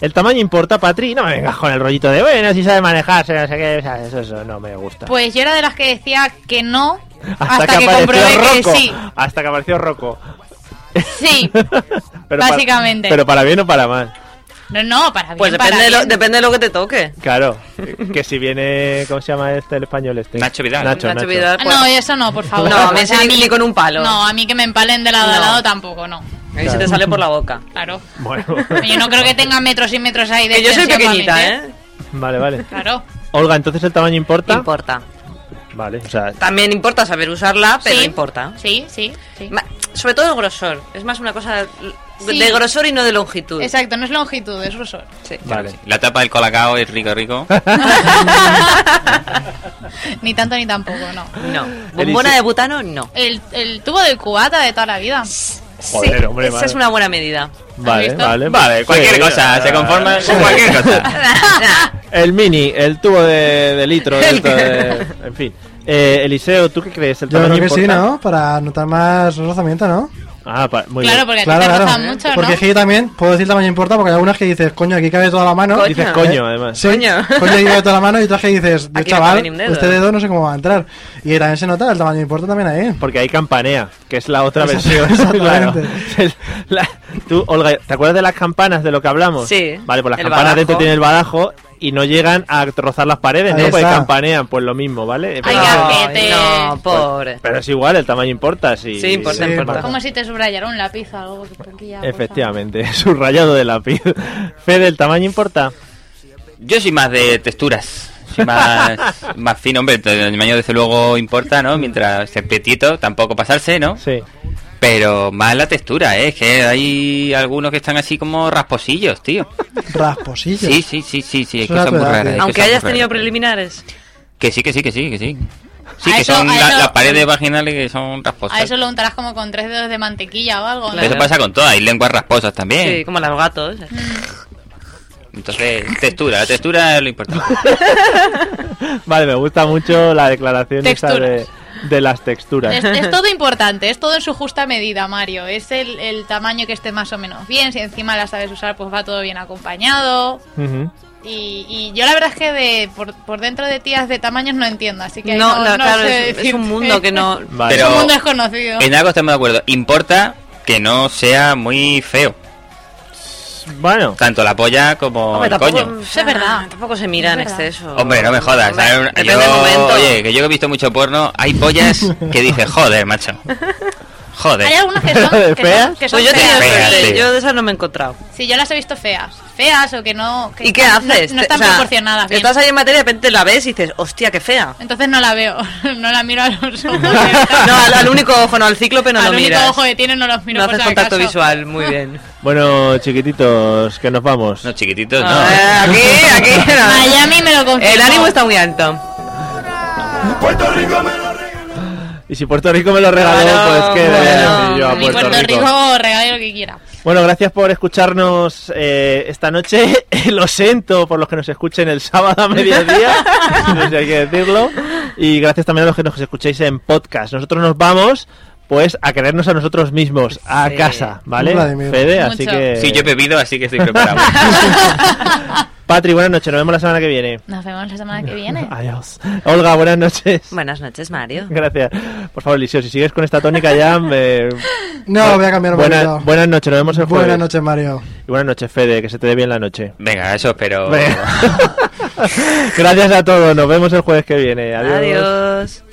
¿El tamaño importa, Patri? No me vengas con el rollito de, bueno, si sabe manejarse, no sé qué, o sea, eso, eso no me gusta.
Pues yo era de las que decía que no hasta, que,
apareció
comprobé que
Rocco.
sí.
Hasta que apareció Rocco.
Sí.
Pero para-
Básicamente.
pero para bien o para mal.
No, no, para bien.
Pues depende
para
de, lo,
bien.
depende de lo que te toque.
Claro. Que si viene, ¿cómo se llama este el español este?
Nacho Vidal.
Nacho,
Nacho
Nacho.
Vidal,
Ah,
pues-
no, eso no, por favor.
No, a mí
Pues
sí, ni con un palo.
No, a mí que me empalen de lado a
No.
lado tampoco, no.
Ahí se te sale por la boca.
Claro.
Bueno.
Yo no creo que tenga metros y metros ahí de
Que yo soy
extensión para
pequeñita,
meter.
¿eh?
Vale, vale.
Claro.
Olga, entonces el tamaño importa.
Importa.
Vale, o sea,
También importa saber usarla, pero
Sí.
importa.
Sí, sí, sí.
Ma- Sobre todo el grosor. Es más una cosa de
Sí.
de grosor y no de longitud.
Exacto, no es longitud, es grosor.
Sí.
vale.
La tapa del colacao es rico, rico.
Ni tanto ni tampoco, no.
No. Bombona de butano, no.
El, el tubo del cubata de toda la vida.
Joder, hombre,
Esa
vale.
¿eh?
es una buena medida.
Vale,
visto?
vale.
Vale, cualquier
Sí,
cosa,
eh,
se conforma con cualquier cosa.
El mini, el tubo de, de litro, de esto de- en fin. Eh, Eliseo, ¿tú qué crees? ¿El
Yo
tamaño
creo que sí,
importa?
¿no? Para notar más rozamiento, ¿no?
Ah, pa- muy
claro, porque
bien.
a ti
claro,
te
claro.
rozan mucho, ¿no?
porque es que yo también puedo decir tamaño importa porque hay algunas que dices, coño, aquí cabe toda la mano.
Coño.
Dices
Eh,
coño, además.
Sí,
Coño.
coño, aquí cabe toda la mano y otras que dices, de
Aquí no
chaval,
cabe ni un dedo.
este dedo no sé cómo va a entrar. Y también se nota el tamaño importa también ahí.
Porque hay campanea, que es la otra
Exacto,
versión. claro.
exactamente.
La- tú, Olga, ¿te acuerdas de las campanas de lo que hablamos?
Sí.
Vale, pues las
El
campanas
badajo.
dentro tienen el badajo y no llegan a rozar las paredes,
Ahí
¿no? Porque
está.
campanean, pues lo mismo, ¿vale?
Ay,
Pero,
gafete.
no,
pues,
pobre.
pero es igual, el tamaño importa. Si,
Sí, importa,
Sí,
importa.
importa.
Como si te subrayara un lápiz o algo. que pues, poquilla cosa.
Efectivamente, subrayado de lápiz. Fede, ¿el tamaño importa?
Yo soy más de texturas. Soy más, más fino, hombre. El tamaño desde luego importa, ¿no? Mientras el petito tampoco pasarse, ¿no?
Sí.
Pero más la textura, ¿eh? Es que hay algunos que están así como rasposillos, tío.
Rasposillo.
Sí, sí, sí, sí, sí. Hay
Eso es
cosas muy
verdad,
raras.
tío.
hay
Aunque
cosas
hayas
muy
tenido
raras.
preliminares.
Que sí, que sí, que sí, que sí. Sí,
A
que
eso-
son
a
la-
eso-
las paredes vaginales que son rasposas.
A eso lo untarás como con tres dedos de mantequilla o algo. ¿no?
Pero Eso pasa con todas, hay lenguas rasposas también.
Sí, como los gatos.
Mm,
Entonces, textura, la textura es lo importante.
Vale, me gusta mucho la declaración esa de,
Texturas.
de las texturas.
Es, es todo importante, es todo en su justa medida, Mario. Es el, el tamaño que esté más o menos bien. Si encima la sabes usar, pues va todo bien acompañado.
Ujú.
Y, y yo la verdad es que de, por, por dentro de tías de tamaños no entiendo, así que
No, no, claro,
sé
es, es un
decirte.
mundo que no.
Vale.
Es
Pero-
un mundo desconocido.
En algo estamos de acuerdo. Importa que no sea muy feo.
Bueno,
Tanto la polla como
Hombre,
el coño.
Eso es verdad.
Tampoco se mira
Ah, Es
en
verdad.
exceso.
Hombre, no me jodas.
Hombre,
¿sabes?
depende
Yo-
del momento.
oye, que yo que he visto mucho porno, hay pollas que dices, joder, macho. Joder.
Hay algunas que son, que son- que son
Pues yo he tenido
feas.
suerte,
Feas, sí.
yo de esas no me he encontrado.
Sí, yo las he visto feas. Feas o que no. que
¿Y qué
están- no-
haces?
No, están
O sea,
proporcionadas. bien.
Estás ahí en materia y de repente la ves y dices, hostia, qué fea.
Entonces no la veo. No la miro a los ojos.
No, al, al único ojo, no, al cíclope no
al
lo
único
miras.
ojo que tiene no los miro.
no
por
haces
si
contacto
acaso.
visual, muy bien.
Bueno, chiquititos, que nos vamos.
No, chiquititos, no.
Ah, aquí, aquí. no.
Miami me lo confirmó.
El ánimo está muy alto.
Y si Puerto Rico me lo regaló,
Claro,
pues qué le voy a
bueno,
decir yo a
Mi
Puerto,
Puerto
Rico.
Rico, regale lo que quiera.
Bueno, gracias por escucharnos eh, esta noche. lo siento por los que nos escuchen el sábado a mediodía, no sé hay que decirlo. Y gracias también a los que nos escuchéis en podcast. Nosotros nos vamos, pues, a querernos a nosotros mismos, a
Sí.
casa, ¿vale?
Vladimir.
Fede, así
Mucho.
que...
Sí, yo he bebido, así que estoy preparado.
Patri, buenas noches, nos vemos la semana que viene.
Nos vemos la semana que viene.
Adiós. Olga, buenas noches.
Buenas noches, Mario.
Gracias. Por favor, Eliseo, si sigues con esta tónica ya me...
No, voy a cambiar un
Buena-
poquito.
Buenas noches, nos vemos el jueves.
Buenas noches, Mario.
Y buenas noches, Fede, que se te dé bien la noche.
Venga, eso espero.
Venga. Gracias a todos, nos vemos el jueves que viene. Adiós.
Adiós.